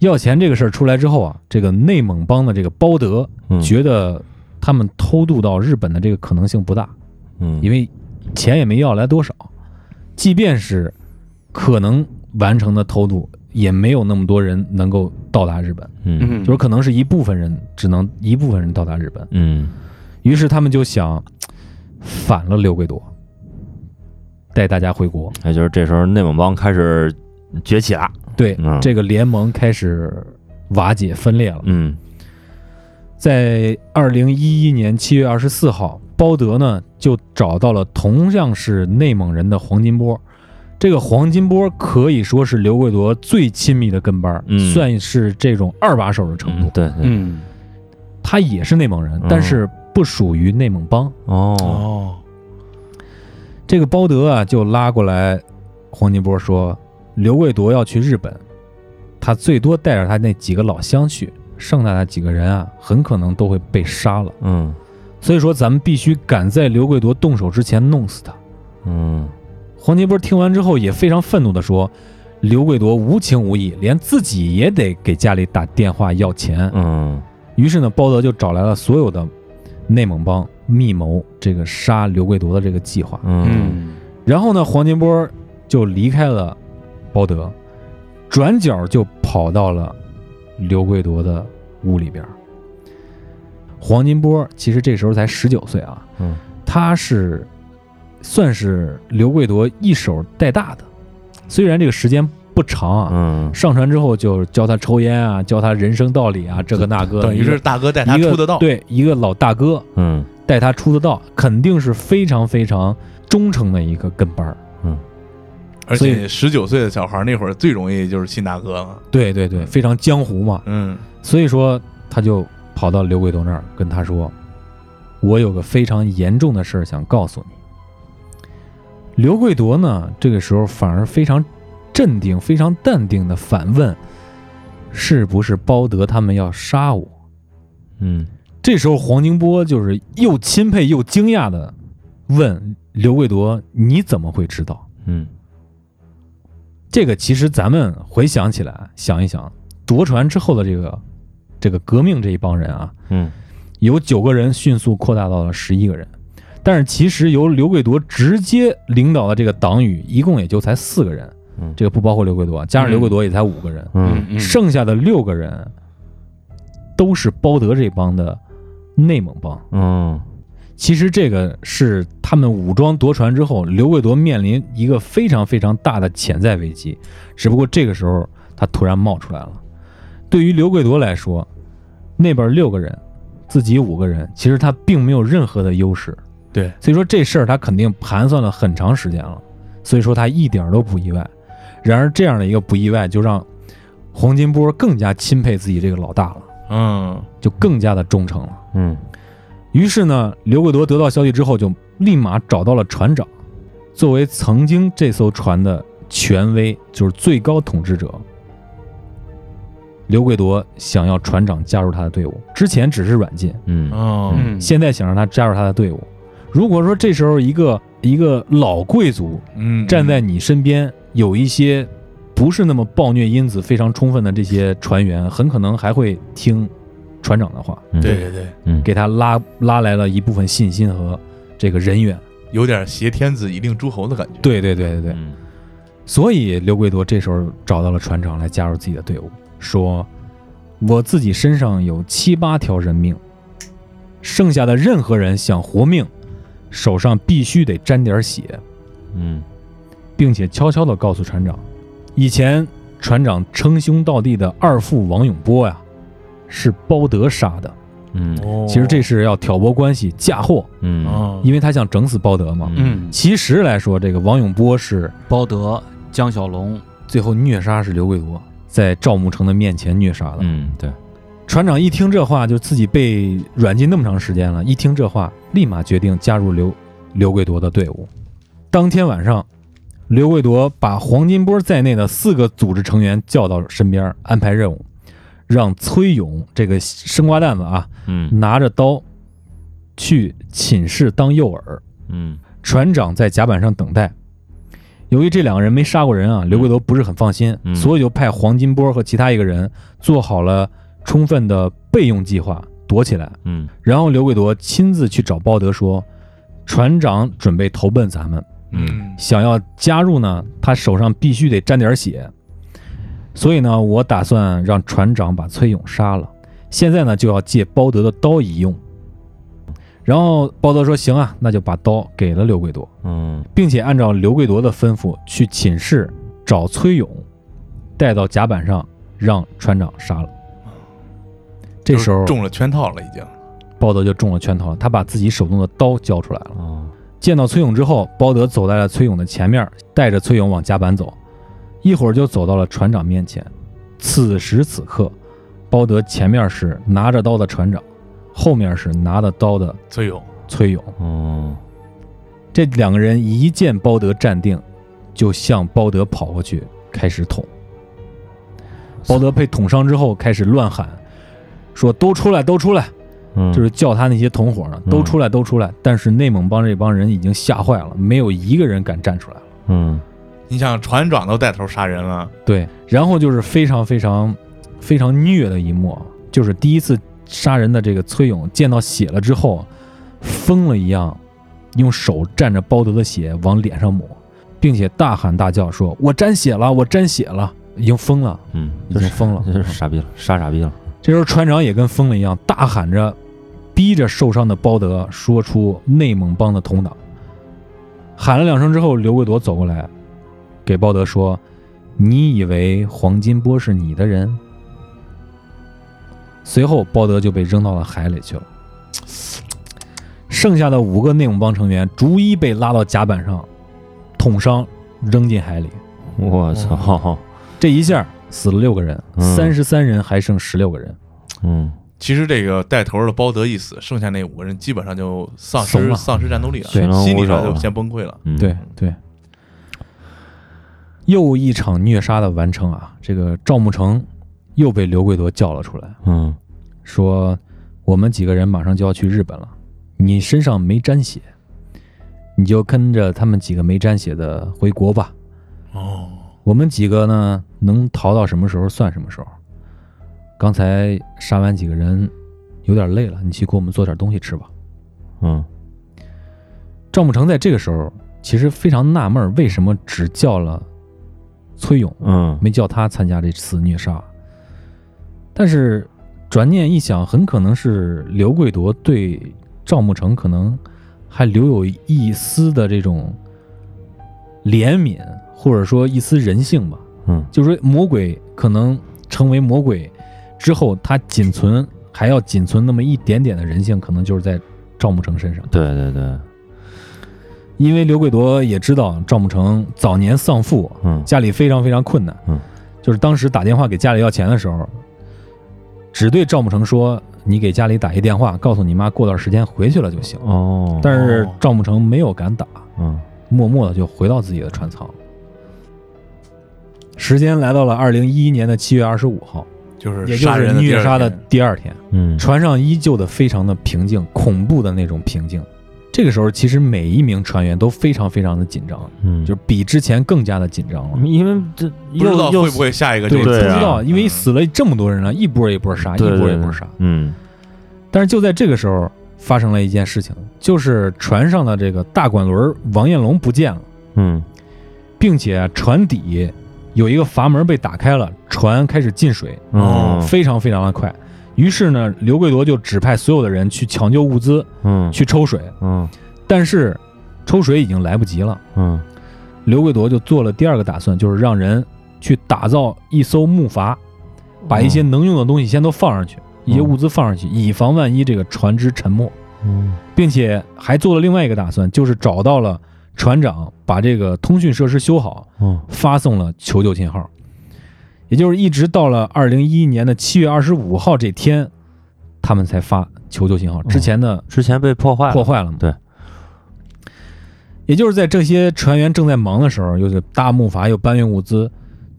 [SPEAKER 5] 要钱这个事儿出来之后啊，这个内蒙帮的这个包德
[SPEAKER 6] 嗯，
[SPEAKER 5] 觉得他们偷渡到日本的这个可能性不大，
[SPEAKER 6] 嗯
[SPEAKER 5] 因为钱也没要来多少，即便是可能完成的偷渡，也没有那么多人能够到达日本，
[SPEAKER 6] 嗯
[SPEAKER 7] 嗯
[SPEAKER 5] 就是可能是一部分人只能一部分人到达日本。
[SPEAKER 6] 嗯
[SPEAKER 5] 于是他们就想反了刘贵多，带大家回国。
[SPEAKER 6] 那哎就是这时候内蒙帮开始崛起了，
[SPEAKER 5] 对，
[SPEAKER 6] 嗯
[SPEAKER 5] 这个联盟开始瓦解分裂了。
[SPEAKER 6] 嗯
[SPEAKER 5] 在二零一一年七月二十四号，包德呢就找到了同样是内蒙人的黄金波。这个黄金波可以说是刘贵夺最亲密的跟班儿，
[SPEAKER 6] 嗯
[SPEAKER 5] 算是这种二把手的程度。
[SPEAKER 6] 对对
[SPEAKER 7] 嗯
[SPEAKER 5] 他也是内蒙人
[SPEAKER 6] 嗯，
[SPEAKER 5] 但是不属于内蒙帮。
[SPEAKER 6] 哦
[SPEAKER 1] 哦，
[SPEAKER 5] 这个包德啊，就拉过来黄金波说，刘贵夺要去日本，他最多带着他那几个老乡去，剩下的几个人啊，很可能都会被杀了。
[SPEAKER 6] 嗯
[SPEAKER 5] 所以说，咱们必须赶在刘贵夺动手之前弄死他。
[SPEAKER 6] 嗯
[SPEAKER 5] 黄金波听完之后也非常愤怒地说：“刘贵夺无情无义，连自己也得给家里打电话要钱。
[SPEAKER 6] 嗯”
[SPEAKER 5] 于是呢，包德就找来了所有的内蒙帮密谋这个杀刘贵夺的这个计划。
[SPEAKER 6] 嗯
[SPEAKER 5] 然后呢，黄金波就离开了包德，转角就跑到了刘贵夺的屋里边儿。黄金波其实这时候才十九岁啊，
[SPEAKER 6] 嗯，
[SPEAKER 5] 他是算是刘贵夺一手带大的，虽然这个时间不长啊，
[SPEAKER 6] 嗯
[SPEAKER 5] 上船之后就教他抽烟啊，教他人生道理啊，这个那个，
[SPEAKER 1] 等于是大哥带他
[SPEAKER 5] 一个
[SPEAKER 1] 出的道，
[SPEAKER 5] 对一个老大哥
[SPEAKER 6] 嗯
[SPEAKER 5] 带他出的道，肯定是非常非常忠诚的一个跟班儿。
[SPEAKER 1] 而
[SPEAKER 5] 所以
[SPEAKER 1] 且十九岁的小孩那会儿最容易就是亲大哥了，
[SPEAKER 5] 对对对，非常江湖嘛。
[SPEAKER 1] 嗯
[SPEAKER 5] 所以说，他就跑到刘贵东那儿跟他说：“我有个非常严重的事儿想告诉你。”刘贵夺呢，这个时候反而非常镇定、非常淡定的反问：“是不是包德他们要杀我
[SPEAKER 6] 嗯？”
[SPEAKER 5] 这时候，黄宁波就是又钦佩又惊讶的问刘贵夺：“你怎么会知道？”
[SPEAKER 6] 嗯
[SPEAKER 5] 这个其实咱们回想起来，想一想，夺船之后的这个这个革命这一帮人啊，
[SPEAKER 6] 嗯
[SPEAKER 5] 由九个人迅速扩大到了十一个人，但是其实由刘贵夺直接领导的这个党羽，一共也就才四个人
[SPEAKER 6] 嗯，
[SPEAKER 5] 这个不包括刘贵夺，加上刘贵夺也才五个人，
[SPEAKER 6] 嗯
[SPEAKER 5] 剩下的六个人都是包德这帮的内蒙帮。
[SPEAKER 6] 嗯
[SPEAKER 5] 其实这个是他们武装夺船之后，刘贵夺面临一个非常非常大的潜在危机，只不过这个时候他突然冒出来了。对于刘贵夺来说，那边六个人，自己五个人，其实他并没有任何的优势。
[SPEAKER 1] 对，
[SPEAKER 5] 所以说这事儿他肯定盘算了很长时间了，所以说他一点儿都不意外。然而这样的一个不意外，就让黄金波更加钦佩自己这个老大了，
[SPEAKER 1] 嗯，
[SPEAKER 5] 就更加的忠诚了。
[SPEAKER 6] 嗯
[SPEAKER 5] 于是呢，刘贵夺得到消息之后，就立马找到了船长。作为曾经这艘船的权威，就是最高统治者，刘贵夺想要船长加入他的队伍。之前只是软禁，
[SPEAKER 6] 嗯
[SPEAKER 1] 哦，
[SPEAKER 7] 嗯
[SPEAKER 5] 现在想让他加入他的队伍。如果说这时候一个一个老贵族
[SPEAKER 1] 嗯，
[SPEAKER 5] 站在你身边，有一些不是那么暴虐因子非常充分的这些船员，很可能还会听船长的话。
[SPEAKER 6] 嗯
[SPEAKER 1] 对对对，
[SPEAKER 5] 给他拉拉来了一部分信心和这个人员。
[SPEAKER 1] 有点挟天子以令诸侯的感觉，
[SPEAKER 5] 对对对对对，
[SPEAKER 6] 嗯
[SPEAKER 5] 所以刘贵夺这时候找到了船长来加入自己的队伍，说：“我自己身上有七八条人命，剩下的任何人想活命，手上必须得沾点血，
[SPEAKER 6] 嗯
[SPEAKER 5] 并且悄悄地告诉船长，以前船长称兄道弟的二副王永波呀，是包德杀的。
[SPEAKER 6] 嗯
[SPEAKER 1] 哦
[SPEAKER 5] 其实这是要挑拨关系、嫁祸，
[SPEAKER 6] 嗯
[SPEAKER 1] 哦
[SPEAKER 5] 因为他想整死包德嘛。
[SPEAKER 7] 嗯，
[SPEAKER 5] 其实来说，这个王永波是
[SPEAKER 7] 包德、江小龙，
[SPEAKER 5] 最后虐杀是刘贵国在赵慕成的面前虐杀的。
[SPEAKER 6] 嗯，对，
[SPEAKER 5] 船长一听这话，就自己被软禁那么长时间了，一听这话，立马决定加入刘刘贵铎的队伍。当天晚上，刘贵铎把黄金波在内的四个组织成员叫到身边，安排任务，让崔勇这个生瓜蛋子啊，
[SPEAKER 6] 嗯
[SPEAKER 5] 拿着刀去寝室当诱饵，
[SPEAKER 6] 嗯
[SPEAKER 5] 船长在甲板上等待。由于这两个人没杀过人啊，刘贵德不是很放心，
[SPEAKER 6] 嗯
[SPEAKER 5] 所以就派黄金波和其他一个人做好了充分的备用计划，躲起来。
[SPEAKER 6] 嗯
[SPEAKER 5] 然后刘贵德亲自去找包德说，船长准备投奔咱们，
[SPEAKER 1] 嗯
[SPEAKER 5] 想要加入呢，他手上必须得沾点血。所以呢，我打算让船长把崔勇杀了。现在呢，就要借包德的刀一用。然后包德说：“行啊，那就把刀给了刘贵铎，
[SPEAKER 6] 嗯
[SPEAKER 5] 并且按照刘贵铎的吩咐去寝室找崔勇，带到甲板上让船长杀了。”这时候
[SPEAKER 1] 就是，中了圈套了，已经。
[SPEAKER 5] 包德就中了圈套了，他把自己手中的刀交出来了。
[SPEAKER 6] 哦
[SPEAKER 5] 见到崔勇之后，包德走在了崔勇的前面，带着崔勇往甲板走，一会儿就走到了船长面前。此时此刻，包德前面是拿着刀的船长，后面是拿着刀的
[SPEAKER 1] 崔勇，
[SPEAKER 5] 崔勇。
[SPEAKER 6] 哦，
[SPEAKER 5] 这两个人一见包德站定，就向包德跑过去开始捅。包德被捅伤之后，开始乱喊，说：“都出来，都出来！”
[SPEAKER 6] 嗯
[SPEAKER 5] 就是叫他那些同伙呢，都
[SPEAKER 6] 嗯
[SPEAKER 5] 出来，都出来。但是内蒙帮这帮人已经吓坏了，没有一个人敢站出来了。
[SPEAKER 6] 嗯
[SPEAKER 1] 你想船长都带头杀人了，
[SPEAKER 5] 对，然后就是非常非常非常虐的一幕啊，就是第一次杀人的这个崔勇见到血了之后，疯了一样，用手蘸着包德的血往脸上抹，并且大喊大叫说：“我沾血了，我沾血了！”已经疯了，
[SPEAKER 6] 嗯，
[SPEAKER 5] 已经疯了。
[SPEAKER 6] 就是傻逼了，杀傻逼了，
[SPEAKER 5] 这时候船长也跟疯了一样，大喊着，逼着受伤的包德说出内蒙帮的同党。喊了两声之后，刘贵铎走过来，给包德说：“你以为黄金波是你的人？”随后，包德就被扔到了海里去了。剩下的五个内蒙帮成员逐一被拉到甲板上，捅伤，扔进海里。
[SPEAKER 6] 我操，
[SPEAKER 5] 这一下死了六个人，
[SPEAKER 6] 嗯
[SPEAKER 5] 三十三人还剩十六个人。
[SPEAKER 6] 嗯
[SPEAKER 1] 其实这个带头的包德一死，剩下那五个人基本上就丧
[SPEAKER 5] 怂
[SPEAKER 1] 失
[SPEAKER 5] 了
[SPEAKER 1] 丧失战斗力了，
[SPEAKER 5] 对
[SPEAKER 1] 心理上
[SPEAKER 6] 手
[SPEAKER 1] 就
[SPEAKER 6] 了
[SPEAKER 1] 先崩溃了。
[SPEAKER 6] 嗯，
[SPEAKER 5] 对对，又一场虐杀的完成啊！这个赵慕成又被刘贵铎叫了出来，
[SPEAKER 6] 嗯
[SPEAKER 5] 说：“我们几个人马上就要去日本了，你身上没沾血，你就跟着他们几个没沾血的回国吧。
[SPEAKER 1] 哦，
[SPEAKER 5] 我们几个呢，能逃到什么时候算什么时候。刚才杀完几个人，有点累了，你去给我们做点东西吃吧。”
[SPEAKER 6] 嗯
[SPEAKER 5] 赵慕成在这个时候其实非常纳闷儿，为什么只叫了崔勇，
[SPEAKER 6] 嗯
[SPEAKER 5] 没叫他参加这次虐杀？但是转念一想，很可能是刘贵铎对赵慕成可能还留有一丝的这种怜悯，或者说一丝人性吧。
[SPEAKER 6] 嗯
[SPEAKER 5] 就是说魔鬼可能成为魔鬼之后，他仅存还要仅存那么一点点的人性，可能就是在赵慕成身上。
[SPEAKER 6] 对对对，
[SPEAKER 5] 因为刘贵铎也知道赵慕成早年丧父，
[SPEAKER 6] 嗯
[SPEAKER 5] 家里非常非常困难。
[SPEAKER 6] 嗯，
[SPEAKER 5] 就是当时打电话给家里要钱的时候，只对赵慕成说：“你给家里打一电话，告诉你妈过段时间回去了就行。
[SPEAKER 6] 哦”，
[SPEAKER 5] 但是赵慕成没有敢打，
[SPEAKER 6] 嗯
[SPEAKER 5] 默默的就回到自己的船舱。时间来到了二零一一年的七月二十五号，
[SPEAKER 1] 就是
[SPEAKER 5] 也就
[SPEAKER 1] 杀
[SPEAKER 5] 是
[SPEAKER 1] 人
[SPEAKER 5] 虐杀的
[SPEAKER 1] 的第二天
[SPEAKER 5] 第二天。
[SPEAKER 6] 嗯
[SPEAKER 5] 船上依旧的非常的平静，恐怖的那种平静。这个时候，其实每一名船员都非常非常的紧张，
[SPEAKER 6] 嗯，
[SPEAKER 5] 就是比之前更加的紧张了。
[SPEAKER 6] 因为这
[SPEAKER 1] 不知道
[SPEAKER 6] 又
[SPEAKER 1] 会不会下一个
[SPEAKER 5] 对，
[SPEAKER 1] 就
[SPEAKER 5] 不
[SPEAKER 1] 是
[SPEAKER 5] 知
[SPEAKER 1] 自己
[SPEAKER 6] 啊
[SPEAKER 5] 道，因为
[SPEAKER 1] 嗯
[SPEAKER 5] 死了这么多人了，一波一波杀，一
[SPEAKER 6] 对
[SPEAKER 5] 波一
[SPEAKER 6] 对
[SPEAKER 5] 波
[SPEAKER 6] 对
[SPEAKER 5] 杀。
[SPEAKER 6] 嗯
[SPEAKER 5] 但是就在这个时候，发生了一件事情，就是船上的这个大管轮王彦龙不见了，
[SPEAKER 6] 嗯
[SPEAKER 5] 并且船底有一个阀门被打开了，船开始进水，
[SPEAKER 6] 嗯
[SPEAKER 5] 非常非常的快。于是呢，刘贵夺就指派所有的人去抢救物资，
[SPEAKER 6] 嗯
[SPEAKER 5] 去抽水，
[SPEAKER 6] 嗯
[SPEAKER 5] 但是抽水已经来不及了。
[SPEAKER 6] 嗯
[SPEAKER 5] 刘贵夺就做了第二个打算，就是让人去打造一艘木筏，把一些能用的东西先都放上去，一些物资放上去，以防万一这个船只沉没，
[SPEAKER 6] 嗯
[SPEAKER 5] 并且还做了另外一个打算，就是找到了船长，把这个通讯设施修好，
[SPEAKER 6] 嗯
[SPEAKER 5] 发送了求救信号。也就是一直到了二零一一年的七月二十五号这天，他们才发求救信号，之前的
[SPEAKER 6] 之前被破
[SPEAKER 1] 啊
[SPEAKER 6] 坏了
[SPEAKER 5] 破坏了嘛。
[SPEAKER 6] 对。
[SPEAKER 5] 也就是在这些船员正在忙的时候，又是搭木筏又搬运物资，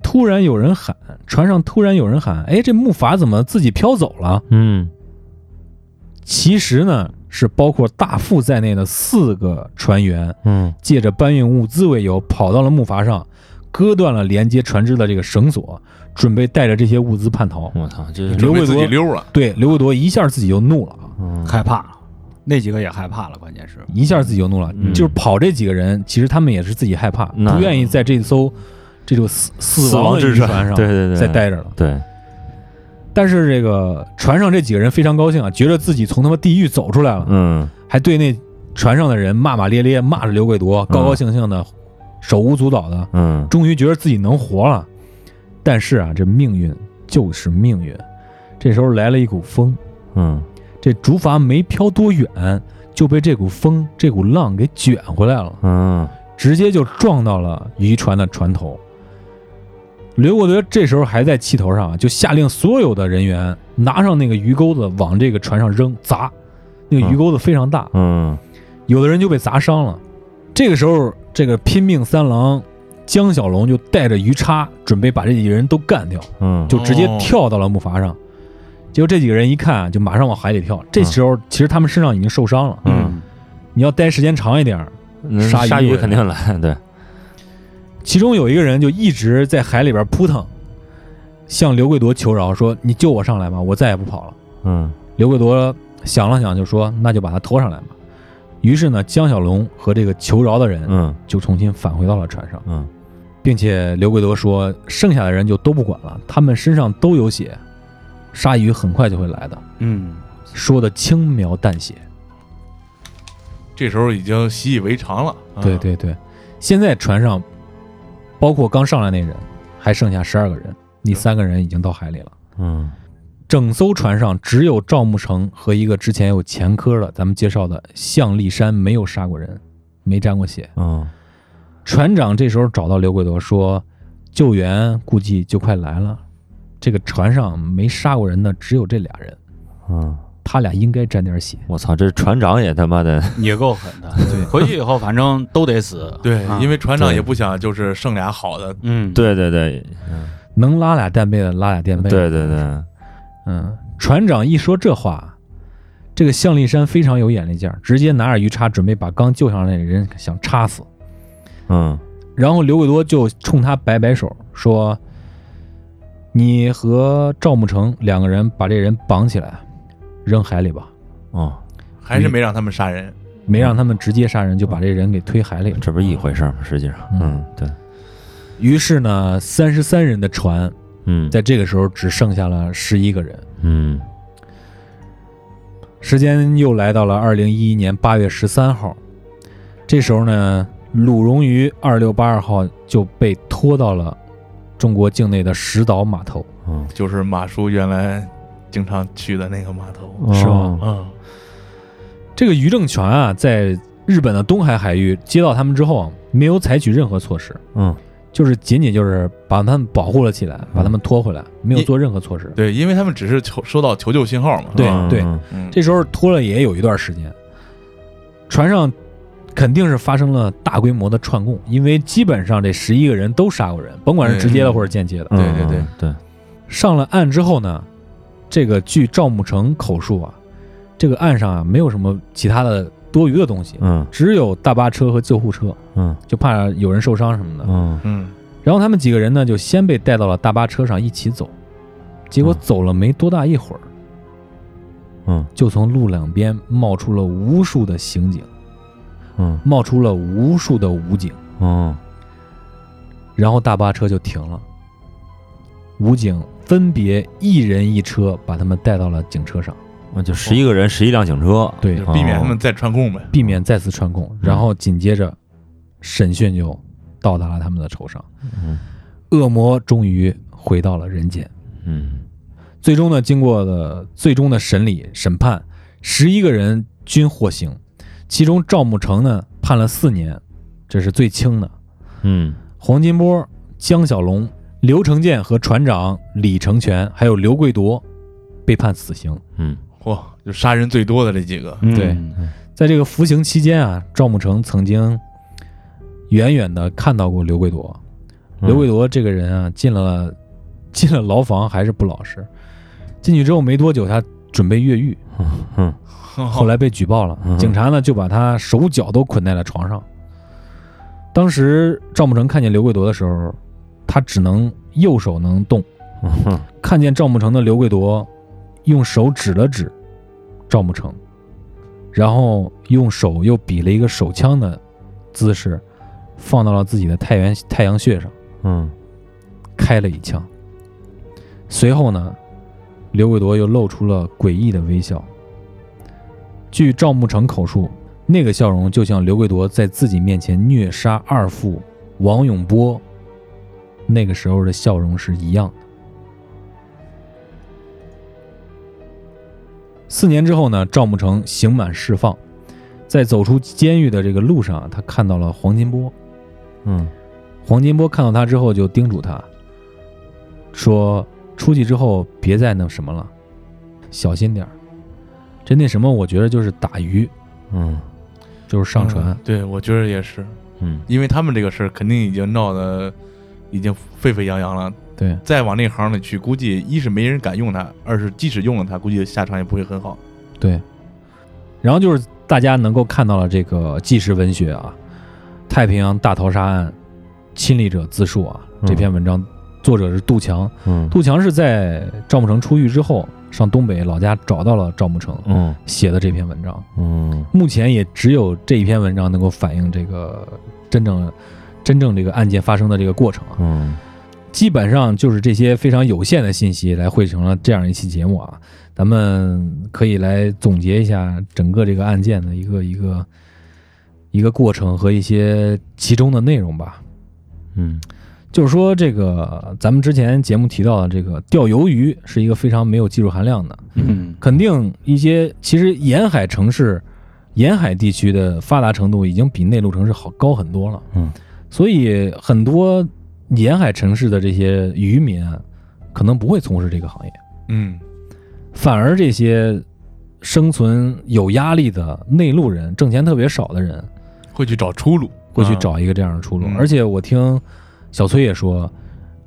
[SPEAKER 5] 突然有人喊，船上突然有人喊：“哎，这木筏怎么自己飘走了
[SPEAKER 6] 嗯？”
[SPEAKER 5] 其实呢，是包括大副在内的四个船员
[SPEAKER 6] 嗯
[SPEAKER 5] 借着搬运物资为由，跑到了木筏上，割断了连接船只的这个绳索，准备带着这些物资叛逃。
[SPEAKER 6] 我操这
[SPEAKER 5] 刘
[SPEAKER 1] 准备
[SPEAKER 5] 贵
[SPEAKER 1] 自己
[SPEAKER 5] 国
[SPEAKER 1] 溜了。
[SPEAKER 5] 对，刘贵夺一下自己就怒了啊，
[SPEAKER 6] 嗯
[SPEAKER 7] 害怕了，那几个也害怕了，关键是
[SPEAKER 5] 一下自己就怒了。
[SPEAKER 6] 嗯
[SPEAKER 5] 就是跑这几个人，其实他们也是自己害怕，
[SPEAKER 6] 那
[SPEAKER 5] 不愿意在这艘这种死死
[SPEAKER 6] 死
[SPEAKER 5] 亡
[SPEAKER 6] 亡
[SPEAKER 5] 的
[SPEAKER 6] 之
[SPEAKER 5] 渔船上
[SPEAKER 6] 对对对
[SPEAKER 5] 再待着了。
[SPEAKER 6] 对
[SPEAKER 5] 但是这个船上这几个人非常高兴啊，觉得自己从他妈地狱走出来了，
[SPEAKER 6] 嗯
[SPEAKER 5] 还对那船上的人骂骂咧咧，骂着刘贵夺，高高兴兴的，手舞足蹈的，
[SPEAKER 6] 嗯
[SPEAKER 5] 终于觉得自己能活了。但是啊，这命运就是命运。这时候来了一股风，
[SPEAKER 6] 嗯
[SPEAKER 5] 这竹筏没飘多远，就被这股风、这股浪给卷回来了，
[SPEAKER 6] 嗯
[SPEAKER 5] 直接就撞到了渔船的船头。刘国德这时候还在气头上啊，就下令所有的人员拿上那个鱼钩子往这个船上扔砸。那个鱼钩子非常大，
[SPEAKER 6] 嗯
[SPEAKER 5] 有的人就被砸伤了。这个时候，这个拼命三郎江小龙就带着鱼叉，准备把这几个人都干掉，
[SPEAKER 6] 嗯
[SPEAKER 5] 就直接跳到了木筏上。结果这几个人一看啊，就马上往海里跳。这时候，其实他们身上已经受伤了。
[SPEAKER 6] 嗯
[SPEAKER 5] 你要待时间长一点儿，
[SPEAKER 6] 嗯
[SPEAKER 5] 鲨鱼
[SPEAKER 6] 鲨
[SPEAKER 5] 过
[SPEAKER 6] 鱼
[SPEAKER 5] 来
[SPEAKER 6] 肯定来对
[SPEAKER 5] 其中有一个人就一直在海里边扑腾，向刘贵夺求饶说：“你救我上来吧，我再也不跑了。”
[SPEAKER 6] 嗯
[SPEAKER 5] 刘贵夺想了想，就说：“那就把他拖上来吧。”于是呢，江小龙和这个求饶的人
[SPEAKER 6] 嗯
[SPEAKER 5] 就重新返回到了船上。
[SPEAKER 6] 嗯
[SPEAKER 5] 并且刘贵德说，剩下的人就都不管了，他们身上都有血，鲨鱼很快就会来的。
[SPEAKER 7] 嗯，
[SPEAKER 5] 说的轻描淡写。
[SPEAKER 1] 这时候已经习以为常了。
[SPEAKER 6] 嗯
[SPEAKER 1] 啊
[SPEAKER 5] 对，对对，现在船上包括刚上来那人，还剩下十二个人，那三个人已经到海里了。
[SPEAKER 6] 嗯
[SPEAKER 5] 整艘船上只有赵慕成和一个之前有前科的，咱们介绍的向立山没有杀过人，没沾过血。
[SPEAKER 6] 嗯
[SPEAKER 5] 船长这时候找到刘贵德说：“救援估计就快来了，这个船上没杀过人的只有这俩人，
[SPEAKER 6] 嗯
[SPEAKER 5] 他俩应该沾点血。
[SPEAKER 6] 我操这船长也他妈的
[SPEAKER 7] 也够狠 的。回去以后反正都得死。
[SPEAKER 1] 对，
[SPEAKER 5] 啊
[SPEAKER 1] 因
[SPEAKER 7] 为
[SPEAKER 1] 为船长
[SPEAKER 6] 对
[SPEAKER 1] 也不想就是剩俩好的，
[SPEAKER 7] 嗯，
[SPEAKER 6] 对对对
[SPEAKER 5] 能拉俩垫背的拉俩垫背。”
[SPEAKER 6] 对对，对
[SPEAKER 5] 嗯，船长一说这话，这个向立山非常有眼力劲儿，直接拿着鱼叉准备把刚救上来的人想插死。
[SPEAKER 6] 嗯
[SPEAKER 5] 然后刘贵多就冲他摆摆手说：“你和赵慕成两个人把这人绑起来，扔海里吧。”
[SPEAKER 6] 哦
[SPEAKER 1] 还是没让他们杀人。
[SPEAKER 5] 没让他们直接杀人，就把这人给推海里了。
[SPEAKER 6] 这不是一回事儿吗？实际上嗯对
[SPEAKER 5] 于是呢，三十三人的船
[SPEAKER 6] 嗯
[SPEAKER 5] 在这个时候只剩下了十一个人。
[SPEAKER 6] 嗯
[SPEAKER 5] 时间又来到了二零一一年八月十三号，这时候呢，鲁荣于二六八二号就被拖到了中国境内的石岛码头。
[SPEAKER 6] 嗯
[SPEAKER 1] 就是马叔原来经常去的那个码头。
[SPEAKER 5] 是吧
[SPEAKER 6] 哦
[SPEAKER 1] 嗯，
[SPEAKER 5] 这个于正权啊，在日本的东海海域接到他们之后啊，没有采取任何措施，
[SPEAKER 6] 嗯
[SPEAKER 5] 就是仅仅就是把他们保护了起来，把他们拖回来，没有做任何措施。
[SPEAKER 1] 对，因为他们只是求收到求救信号嘛。
[SPEAKER 5] 对
[SPEAKER 1] 嗯
[SPEAKER 5] 对
[SPEAKER 6] 嗯
[SPEAKER 1] 嗯
[SPEAKER 5] 这时候拖了也有一段时间，船上肯定是发生了大规模的串供，因为基本上这十一个人都杀过人，甭管是直接的或者间接的。
[SPEAKER 1] 对对对
[SPEAKER 6] 嗯对
[SPEAKER 5] 上了岸之后呢，这个据赵慕成口述啊，这个岸上啊没有什么其他的多余的东西，
[SPEAKER 6] 嗯
[SPEAKER 5] 只有大巴车和救护车，
[SPEAKER 6] 嗯
[SPEAKER 5] 就怕有人受伤什么的。
[SPEAKER 6] 嗯
[SPEAKER 1] 嗯，
[SPEAKER 5] 然后他们几个人呢，就先被带到了大巴车上一起走，结果
[SPEAKER 6] 嗯
[SPEAKER 5] 走了没多大一会儿，
[SPEAKER 6] 嗯
[SPEAKER 5] 就从路两边冒出了无数的刑警。
[SPEAKER 6] 嗯
[SPEAKER 5] 冒出了无数的武警，
[SPEAKER 6] 嗯
[SPEAKER 5] 然后大巴车就停了。武警分别一人一车把他们带到了警车上，
[SPEAKER 6] 那嗯就十一个人，十一辆警车，
[SPEAKER 5] 对
[SPEAKER 1] 就是避免他们再串供呗。
[SPEAKER 5] 避免再次串供。
[SPEAKER 6] 嗯
[SPEAKER 5] 然后紧接着，审讯就到达了他们的头上，
[SPEAKER 6] 嗯
[SPEAKER 5] 恶魔终于回到了人间。
[SPEAKER 6] 嗯，
[SPEAKER 5] 最终呢，经过了最终的审理审判，十一个人均获刑，其中赵慕成呢判了四年，这是最轻的。
[SPEAKER 6] 嗯
[SPEAKER 5] 黄金波、江小龙、刘成建和船长李成全，还有刘贵铎被判死刑。
[SPEAKER 6] 嗯
[SPEAKER 5] 哦
[SPEAKER 1] 嚯，就杀人最多的这几个，
[SPEAKER 6] 嗯，
[SPEAKER 5] 对在这个服刑期间啊，赵慕成曾经远远的看到过刘贵铎。刘贵铎这个人啊，进了进了牢房还是不老实，进去之后没多久，他准备越狱，
[SPEAKER 6] 嗯
[SPEAKER 5] 后
[SPEAKER 1] 后
[SPEAKER 5] 来被举报了，
[SPEAKER 6] 嗯
[SPEAKER 5] 警察呢就把他手脚都捆在了床上。当时赵慕成看见刘贵铎的时候，他只能右手能动，
[SPEAKER 6] 嗯
[SPEAKER 5] 看见赵慕成的刘贵铎用手指了指赵慕成，然后用手又比了一个手枪的姿势，放到了自己的太阳太阳穴上，
[SPEAKER 6] 嗯
[SPEAKER 5] 开了一枪。随后呢，刘贵铎又露出了诡异的微笑。据赵慕成口述，那个笑容就像刘贵铎在自己面前虐杀二父王永波那个时候的笑容是一样的。四年之后呢，赵慕成刑满释放，在走出监狱的这个路上啊，他看到了黄金波，
[SPEAKER 6] 嗯
[SPEAKER 5] 黄金波看到他之后就叮嘱他，说出去之后别再那什么了，小心点儿。这那什么，我觉得就是打鱼，
[SPEAKER 6] 嗯
[SPEAKER 5] 就是上船。
[SPEAKER 1] 嗯对我觉得也是，
[SPEAKER 6] 嗯
[SPEAKER 1] 因为他们这个事儿肯定已经闹得已经沸沸扬扬了，
[SPEAKER 5] 对，
[SPEAKER 1] 再往那行里去，估计一是没人敢用它，二是即使用了它，估计下场也不会很好。
[SPEAKER 5] 对，然后就是大家能够看到了这个纪实文学啊，《太平洋大逃杀案》，亲历者自述啊，
[SPEAKER 6] 嗯
[SPEAKER 5] 这篇文章作者是杜强。
[SPEAKER 6] 嗯
[SPEAKER 5] 杜强是在赵慕成出狱之后，上东北老家找到了赵慕成，
[SPEAKER 6] 嗯
[SPEAKER 5] 写的这篇文章。
[SPEAKER 6] 嗯
[SPEAKER 5] 目前也只有这一篇文章能够反映这个真正、真正这个案件发生的这个过程啊。
[SPEAKER 6] 嗯
[SPEAKER 5] 基本上就是这些非常有限的信息来汇成了这样一期节目啊。咱们可以来总结一下整个这个案件的一个一个一个过程和一些其中的内容吧。
[SPEAKER 6] 嗯
[SPEAKER 5] 就是说，这个咱们之前节目提到的这个钓鱿鱼是一个非常没有技术含量的，
[SPEAKER 7] 嗯
[SPEAKER 5] 肯定一些其实沿海城市、沿海地区的发达程度已经比内陆城市好高很多了。
[SPEAKER 6] 嗯，
[SPEAKER 5] 所以很多沿海城市的这些渔民啊，可能不会从事这个行业，
[SPEAKER 1] 嗯，
[SPEAKER 5] 反而这些生存有压力的内陆人、挣钱特别少的人，
[SPEAKER 1] 会去找出路，
[SPEAKER 5] 会去
[SPEAKER 1] 啊
[SPEAKER 5] 找一个这样的出路。
[SPEAKER 1] 嗯
[SPEAKER 5] 而且我听小崔也说，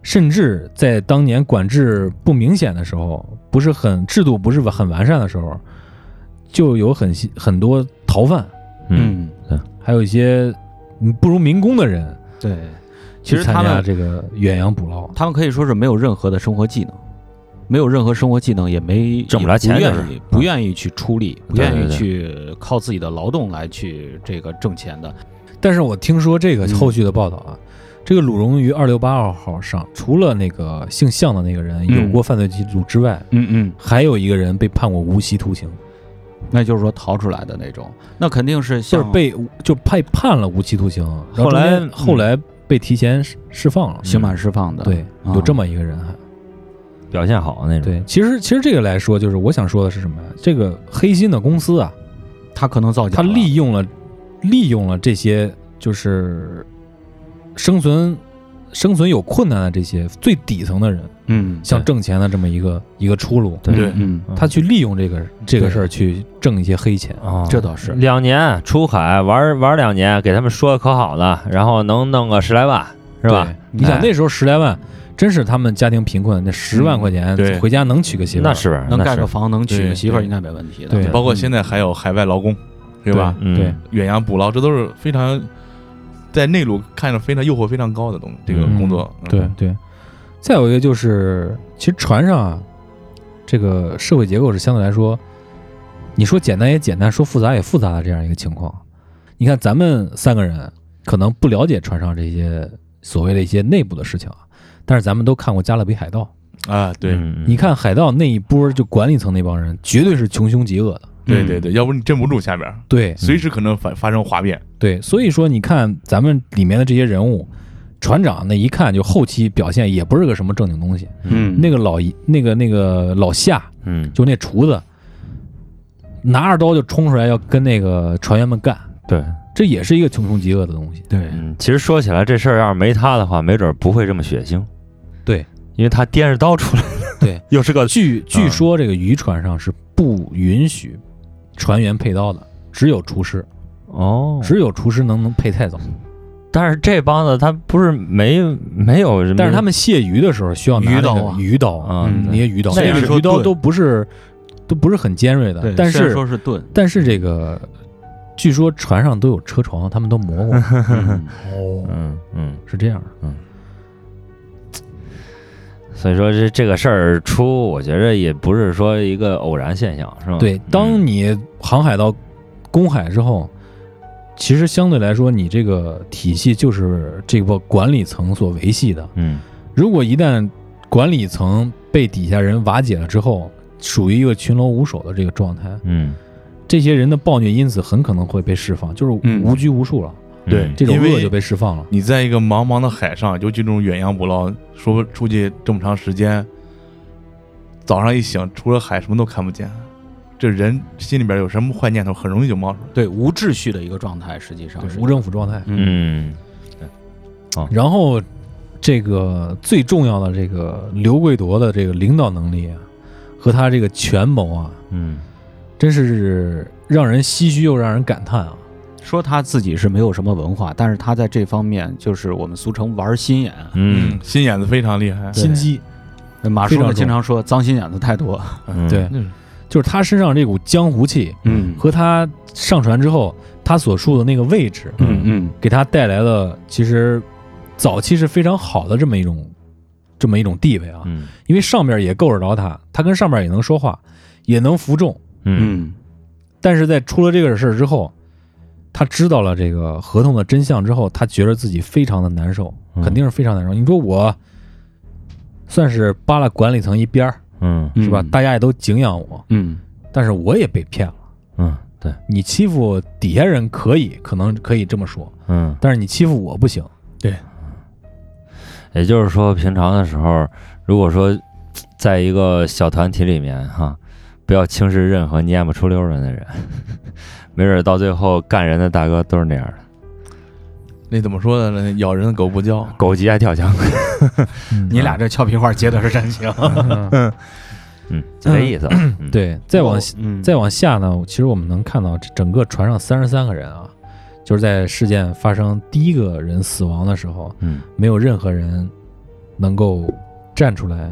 [SPEAKER 5] 甚至在当年管制不明显的时候，不是很制度不是很完善的时候，就有很些很多逃犯，
[SPEAKER 6] 嗯
[SPEAKER 7] 嗯，
[SPEAKER 5] 还有一些嗯不如民工的人
[SPEAKER 7] 对，其
[SPEAKER 5] 去
[SPEAKER 7] 实他
[SPEAKER 5] 参加
[SPEAKER 7] 们
[SPEAKER 5] 这个远洋捕捞。
[SPEAKER 7] 他们可以说是没有任何的生活技能，没有任何生活技能，也没
[SPEAKER 6] 挣不来钱
[SPEAKER 7] 也
[SPEAKER 6] 就
[SPEAKER 7] 不
[SPEAKER 6] 是
[SPEAKER 7] 愿意不愿意去出力，不
[SPEAKER 6] 对
[SPEAKER 7] 愿
[SPEAKER 6] 对
[SPEAKER 7] 意
[SPEAKER 6] 对
[SPEAKER 7] 去靠自己的劳动来去这个挣钱的。
[SPEAKER 5] 但是我听说这个
[SPEAKER 7] 嗯
[SPEAKER 5] 后续的报道啊，这个鲁荣于二六八二号上，除了那个姓向的那个人有
[SPEAKER 7] 嗯
[SPEAKER 5] 过犯罪记录之外，
[SPEAKER 7] 嗯嗯，
[SPEAKER 5] 还有一个人被判过无期徒刑，
[SPEAKER 7] 那就是说逃出来的那种，那肯定是
[SPEAKER 5] 就是
[SPEAKER 7] 像
[SPEAKER 5] 被就被判了无期徒刑，然
[SPEAKER 6] 后来
[SPEAKER 5] 中间后来被提前释释放了。嗯
[SPEAKER 7] 刑满释放的。
[SPEAKER 5] 对，
[SPEAKER 7] 啊
[SPEAKER 5] 有这么一个人还
[SPEAKER 6] 表现好啊那种，
[SPEAKER 5] 对。其实其实这个来说，就是我想说的是什么呀？这个黑心的公司啊，
[SPEAKER 7] 他可能造假
[SPEAKER 5] 他
[SPEAKER 7] 了，
[SPEAKER 5] 利用了利用了这些就是生存生存有困难的这些最底层的人，
[SPEAKER 7] 嗯
[SPEAKER 5] 想挣钱的这么一个一个出路。
[SPEAKER 6] 对
[SPEAKER 1] 对
[SPEAKER 7] 嗯，
[SPEAKER 5] 他去利用这个这个事儿去挣一些黑钱，
[SPEAKER 6] 啊，
[SPEAKER 7] 这倒是
[SPEAKER 6] 两年出海玩玩两年，给他们说的可好了，然后能弄个十来万是吧
[SPEAKER 5] 对？？你想
[SPEAKER 6] 哎嗯
[SPEAKER 5] 那时候十来万，真是他们家庭贫困，那十万块钱
[SPEAKER 1] 对
[SPEAKER 5] 回家能娶个媳妇儿？
[SPEAKER 6] 那是
[SPEAKER 7] 能
[SPEAKER 6] 那
[SPEAKER 7] 盖
[SPEAKER 6] 是
[SPEAKER 7] 个房，能娶
[SPEAKER 1] 对
[SPEAKER 7] 个媳妇儿，
[SPEAKER 1] 对
[SPEAKER 7] 应该没问题的。
[SPEAKER 5] 对
[SPEAKER 1] 包括现在还有海外劳工，对吧？
[SPEAKER 6] 嗯
[SPEAKER 5] 对
[SPEAKER 1] 远洋捕捞，这都是非常在内陆看着非常诱惑非常高的东西，这个
[SPEAKER 5] 嗯
[SPEAKER 1] 工作。嗯
[SPEAKER 5] 对，对。再有一个就是，其实船上啊，这个社会结构是相对来说，你说简单也简单，说复杂也复杂的这样一个情况。你看咱们三个人可能不了解船上这些所谓的一些内部的事情啊，但是咱们都看过《加勒比海盗》，
[SPEAKER 1] 啊，对
[SPEAKER 6] 嗯
[SPEAKER 5] 你看海盗那一波就管理层那帮人，绝对是穷凶极恶的。
[SPEAKER 1] 对
[SPEAKER 5] 嗯
[SPEAKER 1] 对对，要不你镇不住下边儿，
[SPEAKER 5] 对
[SPEAKER 1] 随时可能发发生哗变。
[SPEAKER 5] 对，所以说你看咱们里面的这些人物，船长那一看就后期表现也不是个什么正经东西。
[SPEAKER 7] 嗯
[SPEAKER 5] 那个老一那个那个老夏，
[SPEAKER 6] 嗯，
[SPEAKER 5] 就那厨子，拿着刀就冲出来要跟那个船员们干，
[SPEAKER 6] 对，
[SPEAKER 5] 这也是一个穷凶极恶的东西。
[SPEAKER 7] 对
[SPEAKER 6] 嗯，其实说起来这事儿要是没他的话，没准儿不会这么血腥。
[SPEAKER 5] 对，
[SPEAKER 6] 因为他掂着刀出来，
[SPEAKER 5] 对，
[SPEAKER 6] 又是个
[SPEAKER 5] 据据
[SPEAKER 7] 嗯
[SPEAKER 6] 啊
[SPEAKER 5] 说这个渔船上是不允许船员配刀的，只有厨师，
[SPEAKER 6] 哦
[SPEAKER 5] 只有厨师能能配菜刀。
[SPEAKER 7] 嗯
[SPEAKER 6] 但是这帮子他不是没没有什么，
[SPEAKER 5] 但是他们卸鱼的时候需要拿
[SPEAKER 7] 鱼
[SPEAKER 5] 那
[SPEAKER 7] 刀
[SPEAKER 5] 个
[SPEAKER 7] 啊
[SPEAKER 5] 鱼刀
[SPEAKER 6] 啊
[SPEAKER 7] 嗯
[SPEAKER 5] 那些鱼刀，
[SPEAKER 7] 虽然
[SPEAKER 5] 那个
[SPEAKER 7] 说
[SPEAKER 5] 鱼刀
[SPEAKER 7] 钝
[SPEAKER 5] 都不是都不是很尖锐的
[SPEAKER 7] 对，，
[SPEAKER 5] 但
[SPEAKER 7] 虽然
[SPEAKER 5] 是
[SPEAKER 7] 说是盾，
[SPEAKER 5] 但是这个据说船上都有车床，他们都磨过，
[SPEAKER 7] 嗯
[SPEAKER 5] 哦，
[SPEAKER 6] 嗯嗯，
[SPEAKER 5] 是这样的。
[SPEAKER 6] 所以说这这个事儿出，我觉着也不是说一个偶然现象，是吧？嗯
[SPEAKER 5] 对，当你航海到公海之后，其实相对来说，你这个体系就是这个管理层所维系的。
[SPEAKER 6] 嗯
[SPEAKER 5] 如果一旦管理层被底下人瓦解了之后，属于一个群龙无首的这个状态，
[SPEAKER 6] 嗯，
[SPEAKER 5] 这些人的暴虐因子很可能会被释放，就是
[SPEAKER 7] 嗯
[SPEAKER 5] 无拘无束了，
[SPEAKER 6] 嗯
[SPEAKER 1] 对
[SPEAKER 5] 这种
[SPEAKER 1] 因为
[SPEAKER 5] 恶就被释放了。
[SPEAKER 1] 你在一个茫茫的海上，尤其这种远洋捕捞，说出去这么长时间，早上一醒，除了海什么都看不见，这人心里边有什么坏念头，很容易就冒出来。
[SPEAKER 7] 对，无秩序的一个状态，实际上
[SPEAKER 5] 对
[SPEAKER 7] 是
[SPEAKER 5] 无政府状态。
[SPEAKER 6] 嗯
[SPEAKER 5] 然后，这个最重要的这个刘贵铎的这个领导能力啊，和他这个权谋啊，
[SPEAKER 6] 嗯
[SPEAKER 5] 真是让人唏嘘又让人感叹啊！
[SPEAKER 7] 说他自己是没有什么文化，但是他在这方面就是我们俗称玩心眼。
[SPEAKER 6] 嗯，
[SPEAKER 1] 心眼子非常厉害。
[SPEAKER 5] 心机
[SPEAKER 7] 马
[SPEAKER 5] 非常
[SPEAKER 7] 叔
[SPEAKER 5] 重
[SPEAKER 7] 呢经常说脏心眼子太多，
[SPEAKER 6] 嗯
[SPEAKER 5] 对
[SPEAKER 1] 嗯
[SPEAKER 5] 就是他身上这股江湖气
[SPEAKER 7] 嗯
[SPEAKER 5] 和他上船之后他所处的那个位置，
[SPEAKER 7] 嗯嗯，
[SPEAKER 5] 给他带来了其实早期是非常好的这么一种这么一种地位啊，
[SPEAKER 6] 嗯
[SPEAKER 5] 因为上边也够得着他，他跟上边也能说话，也能服众，
[SPEAKER 6] 嗯
[SPEAKER 7] 嗯
[SPEAKER 5] 但是在出了这个事儿之后，他知道了这个合同的真相之后，他觉得自己非常的难受，
[SPEAKER 6] 嗯
[SPEAKER 5] 肯定是非常难受。你说我算是扒拉管理层一边儿，
[SPEAKER 6] 嗯
[SPEAKER 5] 是吧？大家也都敬仰我，
[SPEAKER 7] 嗯
[SPEAKER 5] 但是我也被骗了。
[SPEAKER 6] 嗯，对，
[SPEAKER 5] 你欺负底下人可以，可能可以这么说，
[SPEAKER 6] 嗯，
[SPEAKER 5] 但是你欺负我不行。
[SPEAKER 6] 也就是说，平常的时候，如果说在一个小团体里面哈，不要轻视任何蔫不出溜儿的人， 没准儿到最后干人的大哥都是那样的，
[SPEAKER 1] 那怎么说呢？咬人的狗不叫。
[SPEAKER 6] 狗急爱跳墙，
[SPEAKER 7] 你俩这俏皮话接的是真行。
[SPEAKER 6] 嗯，就这意思。嗯，
[SPEAKER 5] 对，再往
[SPEAKER 7] 嗯
[SPEAKER 5] 再往下呢，其实我们能看到这整个船上三十三个人啊，就是在事件发生第一个人死亡的时候，
[SPEAKER 6] 嗯
[SPEAKER 5] 没有任何人能够站出来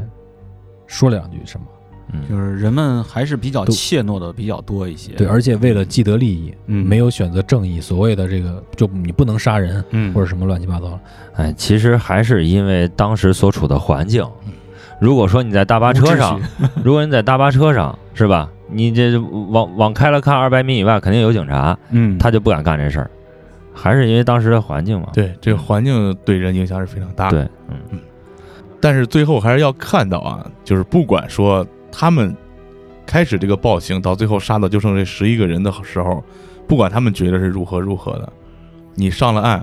[SPEAKER 5] 说两句什么。
[SPEAKER 6] 嗯
[SPEAKER 7] 就是人们还是比较
[SPEAKER 5] 都
[SPEAKER 7] 怯懦的比较多一些。
[SPEAKER 5] 对，而且为了既得利益，
[SPEAKER 7] 嗯
[SPEAKER 5] 没有选择正义，所谓的这个就你不能杀人
[SPEAKER 7] 嗯
[SPEAKER 5] 或者什么乱七八糟的。
[SPEAKER 6] 哎，其实还是因为当时所处的环境。如果说你在大巴车上， 如果你在大巴车上，是吧？你这往往开了看二百米以外，肯定有警察，
[SPEAKER 7] 嗯
[SPEAKER 6] 他就不敢干这事儿，还是因为当时的环境嘛。
[SPEAKER 1] 对，啊这个环境对人影响是非常大的。
[SPEAKER 6] 对，嗯
[SPEAKER 1] 但是最后还是要看到啊，就是不管说他们开始这个暴行，到最后杀的就剩这十一个人的时候，不管他们觉得是如何如何的，你上了岸，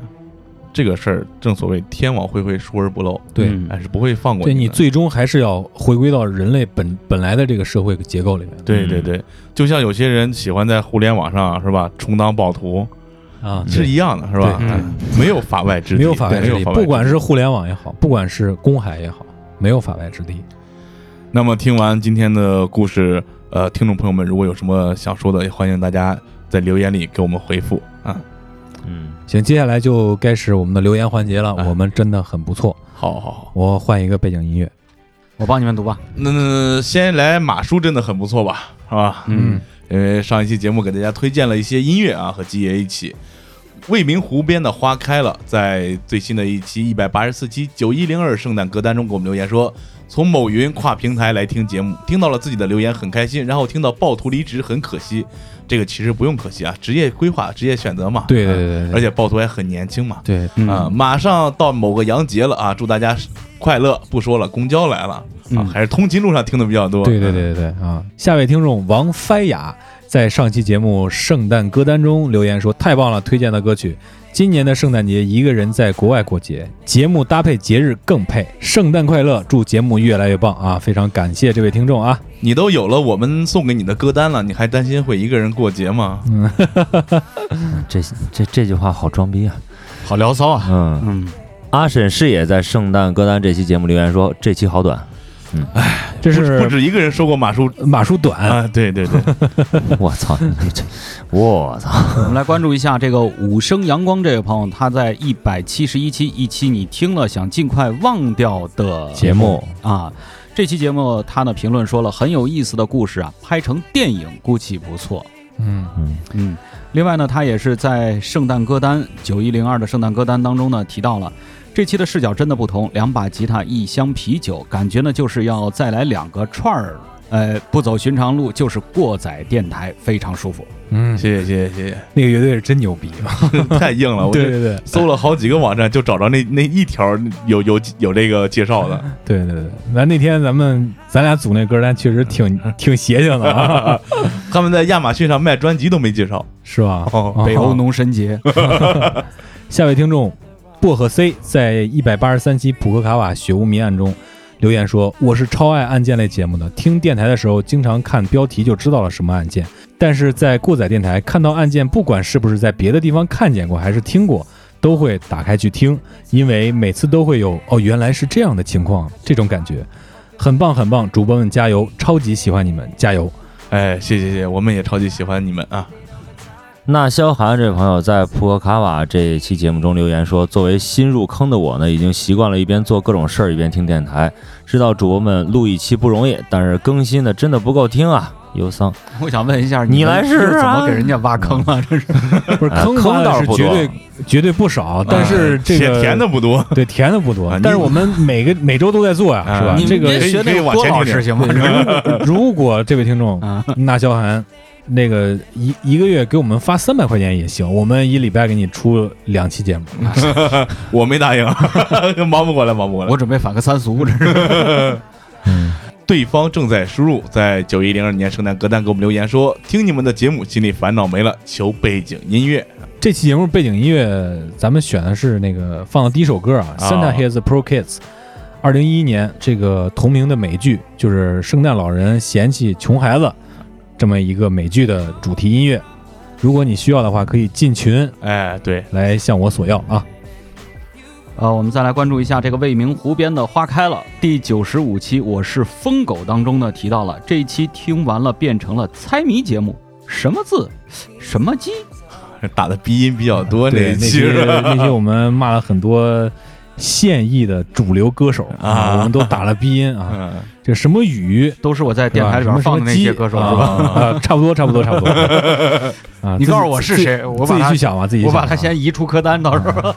[SPEAKER 1] 这个事儿正所谓天网恢恢，疏而不漏，
[SPEAKER 5] 对，
[SPEAKER 7] 嗯
[SPEAKER 1] 哎，是不会放过
[SPEAKER 5] 对
[SPEAKER 1] 你
[SPEAKER 5] 你
[SPEAKER 1] 的
[SPEAKER 5] 最终还是要回归到人类本本来的这个社会结构里面
[SPEAKER 1] 对对
[SPEAKER 5] 嗯
[SPEAKER 1] 对，就像有些人喜欢在互联网上是吧，充当暴徒
[SPEAKER 5] 啊。
[SPEAKER 1] 是一样的，是吧？
[SPEAKER 5] 对
[SPEAKER 1] 哎没有法外之地，
[SPEAKER 5] 没有法外
[SPEAKER 1] 对
[SPEAKER 5] 之
[SPEAKER 1] 没
[SPEAKER 5] 地，
[SPEAKER 1] 有法
[SPEAKER 5] 不管
[SPEAKER 1] 之地
[SPEAKER 5] 是互联网也好，不管是公海也好，没有法外之地。
[SPEAKER 1] 那么听完今天的故事，呃，听众朋友们如果有什么想说的，也欢迎大家在留言里给我们回复啊。
[SPEAKER 6] 嗯，
[SPEAKER 5] 行，接下来就该是我们的留言环节了。
[SPEAKER 1] 哎
[SPEAKER 5] 我们真的很不错，
[SPEAKER 1] 好好好，
[SPEAKER 5] 我换一个背景音乐。
[SPEAKER 7] 我帮你们读吧。
[SPEAKER 1] 那那先来马叔真的很不错吧，是吧？因为上一期节目给大家推荐了一些音乐啊，和基爷一起。未名湖边的花开了，在最新的一期一百八十四期九一零二圣诞歌单中给我们留言说，从某云跨平台来听节目，听到了自己的留言很开心，然后听到暴徒离职很可惜，这个其实不用可惜啊，职业规划、职业选择嘛。
[SPEAKER 5] 对对对对
[SPEAKER 1] 而且暴徒还很年轻嘛。
[SPEAKER 5] 对
[SPEAKER 1] 啊、
[SPEAKER 7] 嗯
[SPEAKER 1] 马上到某个洋节了啊！祝大家快乐不说了，公交来了啊，
[SPEAKER 5] 嗯
[SPEAKER 1] 还是通勤路上听的比较多。
[SPEAKER 5] 对对对对对啊！下位听众王菲雅在上期节目《圣诞歌单》中留言说：“太棒了，推荐的歌曲。今年的圣诞节一个人在国外过节，节目搭配节日更配。圣诞快乐，祝节目越来越棒啊！非常感谢这位听众啊！
[SPEAKER 1] 你都有了我们送给你的歌单了，你还担心会一个人过节吗？
[SPEAKER 5] 嗯
[SPEAKER 6] 这这这句话好装逼啊！
[SPEAKER 7] 好聊骚啊！
[SPEAKER 6] 嗯，
[SPEAKER 7] 嗯，
[SPEAKER 6] 阿沈是也在圣诞歌单这期节目留言说，这期好短，
[SPEAKER 5] 这
[SPEAKER 1] 不不
[SPEAKER 5] 是嗯
[SPEAKER 1] 止一个人说过马叔
[SPEAKER 5] 马叔短，
[SPEAKER 1] 啊，对对对，
[SPEAKER 6] 我操，你这我操，
[SPEAKER 7] 我们来关注一下这个五声阳光这位朋友，他在一百七十一期一期你听了想尽快忘掉的
[SPEAKER 5] 节目
[SPEAKER 7] 啊。这期节目他呢评论说了很有意思的故事啊，拍成电影估计不错。
[SPEAKER 5] 嗯
[SPEAKER 7] 嗯，另外呢，他也是在圣诞歌单九一零二的圣诞歌单当中呢提到了。这期的视角真的不同，两把吉他，一箱啤酒，感觉呢就是要再来两个串儿，呃，不走寻常路就是过载电台，非常舒服。
[SPEAKER 5] 嗯，
[SPEAKER 1] 谢谢谢谢谢 谢
[SPEAKER 5] 那个乐队是真牛逼啊！
[SPEAKER 1] 太硬了，我
[SPEAKER 5] 对
[SPEAKER 1] 这
[SPEAKER 5] 对对
[SPEAKER 1] 搜了好几个网站就找着那那一条有有有这个介 绍的，
[SPEAKER 5] 对对对，咱那天咱们咱俩组那歌单确实挺挺邪性的啊，
[SPEAKER 1] 他们在亚马逊上卖专辑都没介绍。
[SPEAKER 5] 是吧？
[SPEAKER 1] 哦
[SPEAKER 7] 北欧农神节，
[SPEAKER 5] 下位听众薄荷 C 在一百八十三期普克卡瓦雪屋谜案中留言说：“我是超爱案件类节目的，听电台的时候经常看标题就知道了什么案件，但是在过载电台看到案件，不管是不是在别的地方看见过还是听过，都会打开去听，因为每次都会有哦原来是这样的情况这种感觉，很棒很棒，主播们加油，超级喜欢你们，加油！
[SPEAKER 1] 哎，谢谢谢谢，我们也超级喜欢你们啊！
[SPEAKER 6] 那萧寒这位朋友在普克卡瓦这期节目中留言说：“作为新入坑的我呢，已经习惯了一边做各种事儿一边听电台，知道主播们录一期不容易，但是更新的真的不够听啊，忧伤。
[SPEAKER 7] 我想问一下，
[SPEAKER 6] 你来
[SPEAKER 7] 们
[SPEAKER 6] 试试
[SPEAKER 7] 是怎
[SPEAKER 6] 啊
[SPEAKER 7] 么给人家挖坑了？这是
[SPEAKER 5] 不是
[SPEAKER 6] 啊
[SPEAKER 5] 坑
[SPEAKER 6] 坑
[SPEAKER 5] 倒
[SPEAKER 6] 倒是
[SPEAKER 5] 是
[SPEAKER 6] 不
[SPEAKER 5] 绝
[SPEAKER 6] 多
[SPEAKER 5] 对绝对不少，但是这
[SPEAKER 1] 且
[SPEAKER 5] 个
[SPEAKER 1] 啊甜的不多，
[SPEAKER 5] 对，甜的不多
[SPEAKER 1] 啊，
[SPEAKER 5] 但是
[SPEAKER 1] 你
[SPEAKER 5] 我们每 个每周都在做呀，
[SPEAKER 1] 啊
[SPEAKER 5] 是吧
[SPEAKER 1] 你？
[SPEAKER 5] 这
[SPEAKER 1] 你
[SPEAKER 5] 个
[SPEAKER 1] 可以
[SPEAKER 7] 学那
[SPEAKER 1] 可以
[SPEAKER 7] 个
[SPEAKER 1] 往
[SPEAKER 7] 郭
[SPEAKER 1] 前
[SPEAKER 7] 老
[SPEAKER 1] 听
[SPEAKER 7] 师行吗？
[SPEAKER 5] 如果这位听众
[SPEAKER 7] 啊，
[SPEAKER 5] 那萧寒那个一一个月给我们发三百块钱也行，我们一礼拜给你出两期节目。
[SPEAKER 1] 我没答应， 忙不过来，忙不过来
[SPEAKER 7] 我。准备反个三俗，这是。
[SPEAKER 1] 对方正在输入，在九一零二年圣诞歌单给我们留言说，听你们的节目心里烦恼没了，求背景音乐。
[SPEAKER 5] 这期节目背景音乐咱们选的是那个放的第一首歌啊，
[SPEAKER 1] 啊
[SPEAKER 5] Santa Hits Pro Kids》，二零一一年这个同名的美剧，就是圣诞老人嫌弃穷孩子这么一个美剧的主题音乐。如果你需要的话，可以进群
[SPEAKER 1] 哎，对，
[SPEAKER 5] 来向我索要啊。
[SPEAKER 7] 呃，我们再来关注一下这个未名湖边的花开了。第九十五期《我是疯狗》当中呢提到了，这一期听完了变成了猜谜节目，什么字， 什么鸡，
[SPEAKER 1] 打的鼻音比较多那
[SPEAKER 5] 对，
[SPEAKER 1] 一
[SPEAKER 5] 那
[SPEAKER 1] 期 啊
[SPEAKER 5] 期
[SPEAKER 1] 是吧
[SPEAKER 5] 那期我们骂了很多现役的主流歌手
[SPEAKER 1] 啊
[SPEAKER 5] 我们都打了鼻音啊，
[SPEAKER 1] 嗯，
[SPEAKER 5] 这什么雨
[SPEAKER 7] 都是我在电台里
[SPEAKER 5] 是吧
[SPEAKER 7] 边
[SPEAKER 5] 什么
[SPEAKER 7] 放的那些歌手，
[SPEAKER 5] 什
[SPEAKER 7] 是
[SPEAKER 5] 么
[SPEAKER 7] 吧？
[SPEAKER 5] 鸡啊啊差不多，差不多，差 不多。啊，自
[SPEAKER 7] 你
[SPEAKER 5] 己
[SPEAKER 7] 告诉我是
[SPEAKER 5] 自己
[SPEAKER 7] 谁我把
[SPEAKER 5] 自己
[SPEAKER 7] 他
[SPEAKER 5] 去想吧，自己去
[SPEAKER 7] 我把
[SPEAKER 5] 想
[SPEAKER 7] 它
[SPEAKER 5] 啊
[SPEAKER 7] 先移出歌单，到时候。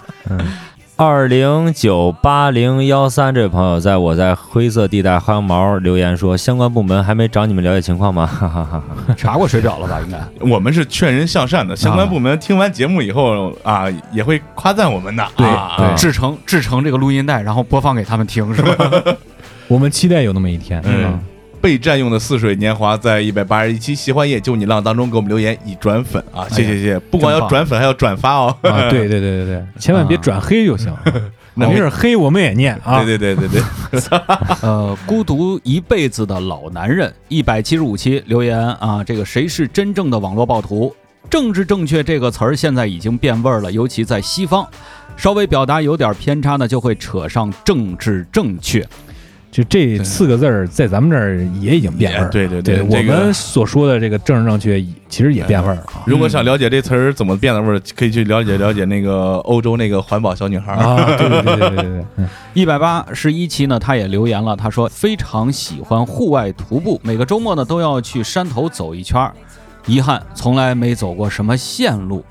[SPEAKER 6] 二零九八零幺三这位朋友在我在灰色地带薅羊毛留言说，相关部门还没找你们了解情况吗？哈哈哈哈。
[SPEAKER 7] 查过水表了吧？应该。
[SPEAKER 1] 我们是劝人向善的，相关部门听完节目以后啊，也会夸赞我们的。啊
[SPEAKER 6] 对
[SPEAKER 7] 制成制成这个录音带，然后播放给他们听，是吧？
[SPEAKER 5] 我们期待有那么一天。
[SPEAKER 1] 嗯
[SPEAKER 5] 嗯，
[SPEAKER 1] 被占用的似水年华在一百八十一期《喜欢夜就你浪》当中给我们留言已转粉啊，谢谢谢谢！不光要转粉，还要转发哦。
[SPEAKER 5] 啊，对对对对对，千万别转黑 就行，
[SPEAKER 1] 啊
[SPEAKER 5] 啊
[SPEAKER 1] 那
[SPEAKER 5] 没事黑我们也念啊。
[SPEAKER 1] 对对对对对，
[SPEAKER 7] 呃，孤独一辈子的老男人，一百七十五期留言啊，这个谁是真正的网络暴徒？政治正确这个词儿现在已经变味儿了，尤其在西方，稍微表达有点偏差呢，就会扯上政治正确。
[SPEAKER 5] 就这四个字儿，在咱们这儿也已经变味儿了。
[SPEAKER 1] 对对对
[SPEAKER 5] 对，我
[SPEAKER 1] 这个
[SPEAKER 5] 们所说的这个政治正确，其实也变味儿了啊。
[SPEAKER 1] 如果想了解这词儿怎么变的味儿，可以去了解了解那个欧洲那个环保小女孩儿。
[SPEAKER 5] 啊，对对对对对对，嗯
[SPEAKER 7] 一百八十一期呢，他也留言了，他说非常喜欢户外徒步，每个周末呢都要去山头走一圈儿，遗憾从来没走过什么线路。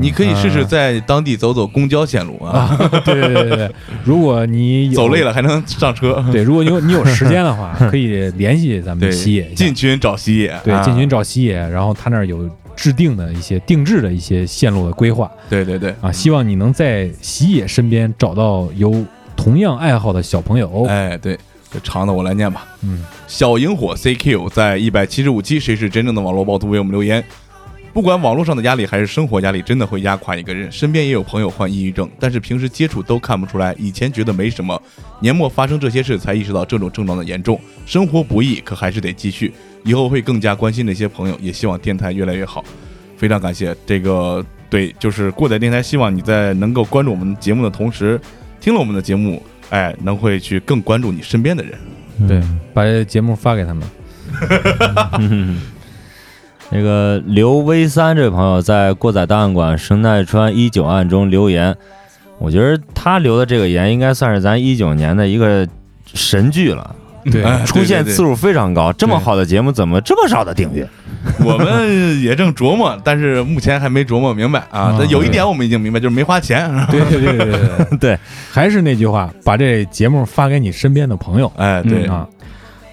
[SPEAKER 1] 你可以试试在当地走走公交线路啊，
[SPEAKER 5] 啊， 对对对对对，如果你有
[SPEAKER 1] 走累，了还能上车。
[SPEAKER 5] 对，如果你有你有时间的话， 可以联系咱们
[SPEAKER 1] 对，
[SPEAKER 5] 西野一下，
[SPEAKER 1] 进群找西野，
[SPEAKER 5] 对
[SPEAKER 1] 啊
[SPEAKER 5] 进群，找西野，然后他那儿有制定的一些定制的一些线路的规划哦
[SPEAKER 1] 对对对，
[SPEAKER 5] 啊，希望你能在西野身边找到有同样爱好的小朋友。
[SPEAKER 1] 哎，对，这长的我来念吧。
[SPEAKER 5] 嗯，
[SPEAKER 1] 小萤火 CQ 在一百七十五期《谁是真正的网络暴徒》为我们留言。不管网络上的压力还是生活压力，真的会压垮一个人。身边也有朋友患抑郁症，但是平时接触都看不出来。以前觉得没什么，年末发生这些事才意识到这种症状的严重。生活不易，可还是得继续。以后会更加关心那些朋友，也希望电台越来越好。非常感谢这个，对，就是过载电台，希望你在能够关注我们节目的同时，听了我们的节目，哎，能会去更关注你身边的人。
[SPEAKER 7] 嗯
[SPEAKER 5] 对，把这节目发给他 们。
[SPEAKER 6] 嗯， 那个刘威三这位朋友在过载档案馆神奈川一九案中留言，我觉得他留的这个言应该算是咱一九年的一个神剧了，
[SPEAKER 5] 对
[SPEAKER 1] 哎
[SPEAKER 6] 出现
[SPEAKER 1] 对对对
[SPEAKER 6] 次数非常高。这么好的节目怎么这么少的订阅？
[SPEAKER 1] 我们也正琢磨，但是目前还没琢磨明白啊。但有一点我们已经明白，就是没花钱。
[SPEAKER 5] 对对对对对对
[SPEAKER 6] 对，
[SPEAKER 5] 还是那句话，把这节目发给你身边的朋友。
[SPEAKER 1] 哎，对
[SPEAKER 7] 嗯，
[SPEAKER 5] 啊，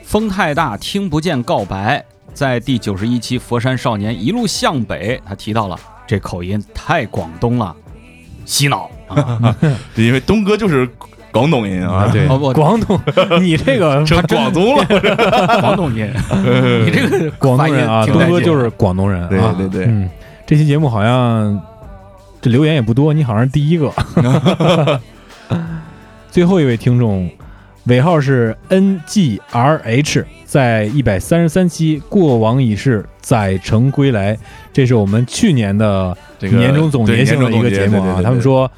[SPEAKER 7] 风太大，听不见告白。在第九十一期《佛山少年一路向北》，他提到了这口音太广东了，洗脑啊！
[SPEAKER 1] 因为东哥就是广东人啊，
[SPEAKER 5] 对
[SPEAKER 7] 哦 我
[SPEAKER 5] 广东，你这个
[SPEAKER 1] 成广东 了。
[SPEAKER 7] 广东 音，你这个
[SPEAKER 5] 广东人啊，
[SPEAKER 7] 发音挺
[SPEAKER 5] 东
[SPEAKER 7] 带劲
[SPEAKER 5] 哥就是广东人
[SPEAKER 1] 对
[SPEAKER 5] 啊。
[SPEAKER 1] 对对，
[SPEAKER 5] 嗯，这期节目好像这留言也不多，你好像是第一个。最后一位听众，尾号是 N G R H，在一百三十三期《过往已逝，载乘归来》，这是我们去年的
[SPEAKER 1] 这个
[SPEAKER 5] 年终总
[SPEAKER 1] 对
[SPEAKER 5] 结性的一个节目
[SPEAKER 1] 年终总
[SPEAKER 5] 啊。
[SPEAKER 1] 结
[SPEAKER 5] 他们，说，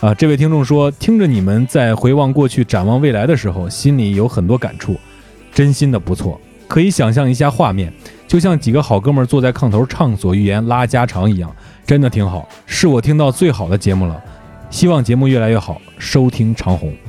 [SPEAKER 5] 啊，这位听众说，听着你们在回望过去、展望未来的时候，心里有很多感触，真心的不错。可以想象一下画面，就像几个好哥们儿坐在炕头畅所欲言、拉家常一样，真的挺好，是我听到最好的节目了。希望节目越来越好，收听长虹。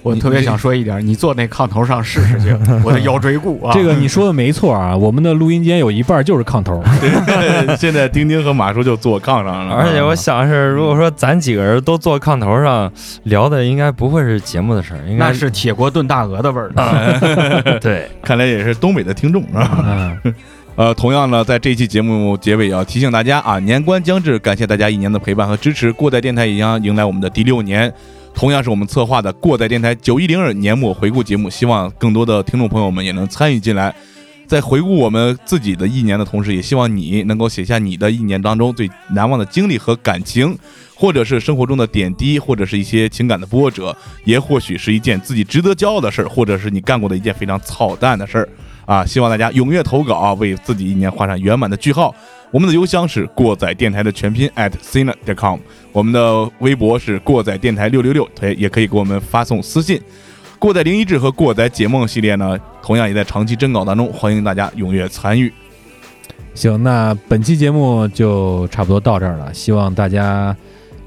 [SPEAKER 7] 我特别想说一点，你坐那炕头上试试去，我 的腰椎骨啊，
[SPEAKER 5] 这个你说的没错啊，我们的录音间有一半就是炕 头。
[SPEAKER 1] 对对对 现在丁丁和马叔就坐炕上了，
[SPEAKER 2] 而且我想是，如果说咱几个人都坐炕头上聊的，应该不会是节目的事儿，应该
[SPEAKER 7] 那是铁锅炖大鹅的味儿呢。
[SPEAKER 2] 对。
[SPEAKER 1] 看来也是东北的听众啊。
[SPEAKER 5] 嗯，
[SPEAKER 1] 呃，同样呢，在这期节目结尾也要提醒大家啊，年关将至，感谢大家一年的陪伴和支持。过载电台也将迎来我们的第六年，同样是我们策划的过载电台九一零二年末回顾节目，希望更多的听众朋友们也能参与进来。在回顾我们自己的一年的同时，也希望你能够写下你的一年当中最难忘的经历和感情，或者是生活中的点滴，或者是一些情感的波折，也或许是一件自己值得骄傲的事儿，或者是你干过的一件非常操蛋的事儿。啊，希望大家踊跃投稿啊，为自己一年画上圆满的句号。我们的邮箱是过载电台的全拼 at c i n a com，我们的微博是过载电台六六六，也也可以给我们发送私信。过载零一制和过载解梦系列呢，同样也在长期征稿当中，欢迎大家踊跃参与。
[SPEAKER 5] 行，那本期节目就差不多到这儿了，希望大家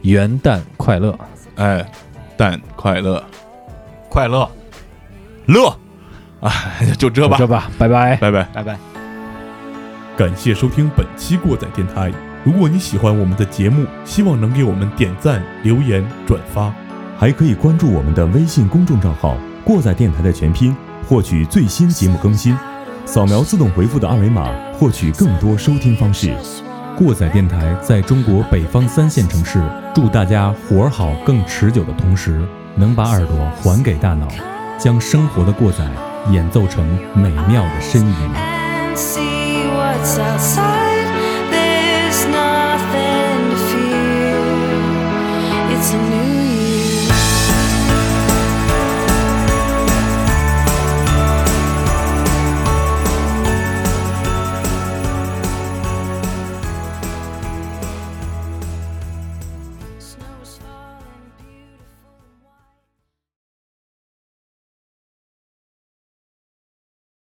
[SPEAKER 5] 元旦快乐。
[SPEAKER 1] 哎，但快乐
[SPEAKER 7] 快乐，
[SPEAKER 1] 乐，哎， 就这吧
[SPEAKER 5] 就，这吧，拜拜。
[SPEAKER 1] 拜拜。
[SPEAKER 7] 拜拜。
[SPEAKER 4] 感谢收听本期过载电台。如果你喜欢我们的节目，希望能给我们点赞、留言、转发。
[SPEAKER 8] 还可以关注我们的微信公众账号“过载电台”的全拼，获取最新节目更新。扫描自动回复的二维码，获取更多收听方式。
[SPEAKER 5] 过载电台在中国北方三线城市，祝大家活儿好更持久的同时，能把耳朵还给大脑，将生活的过载演奏成美妙的呻吟。
[SPEAKER 9] and see what's outside.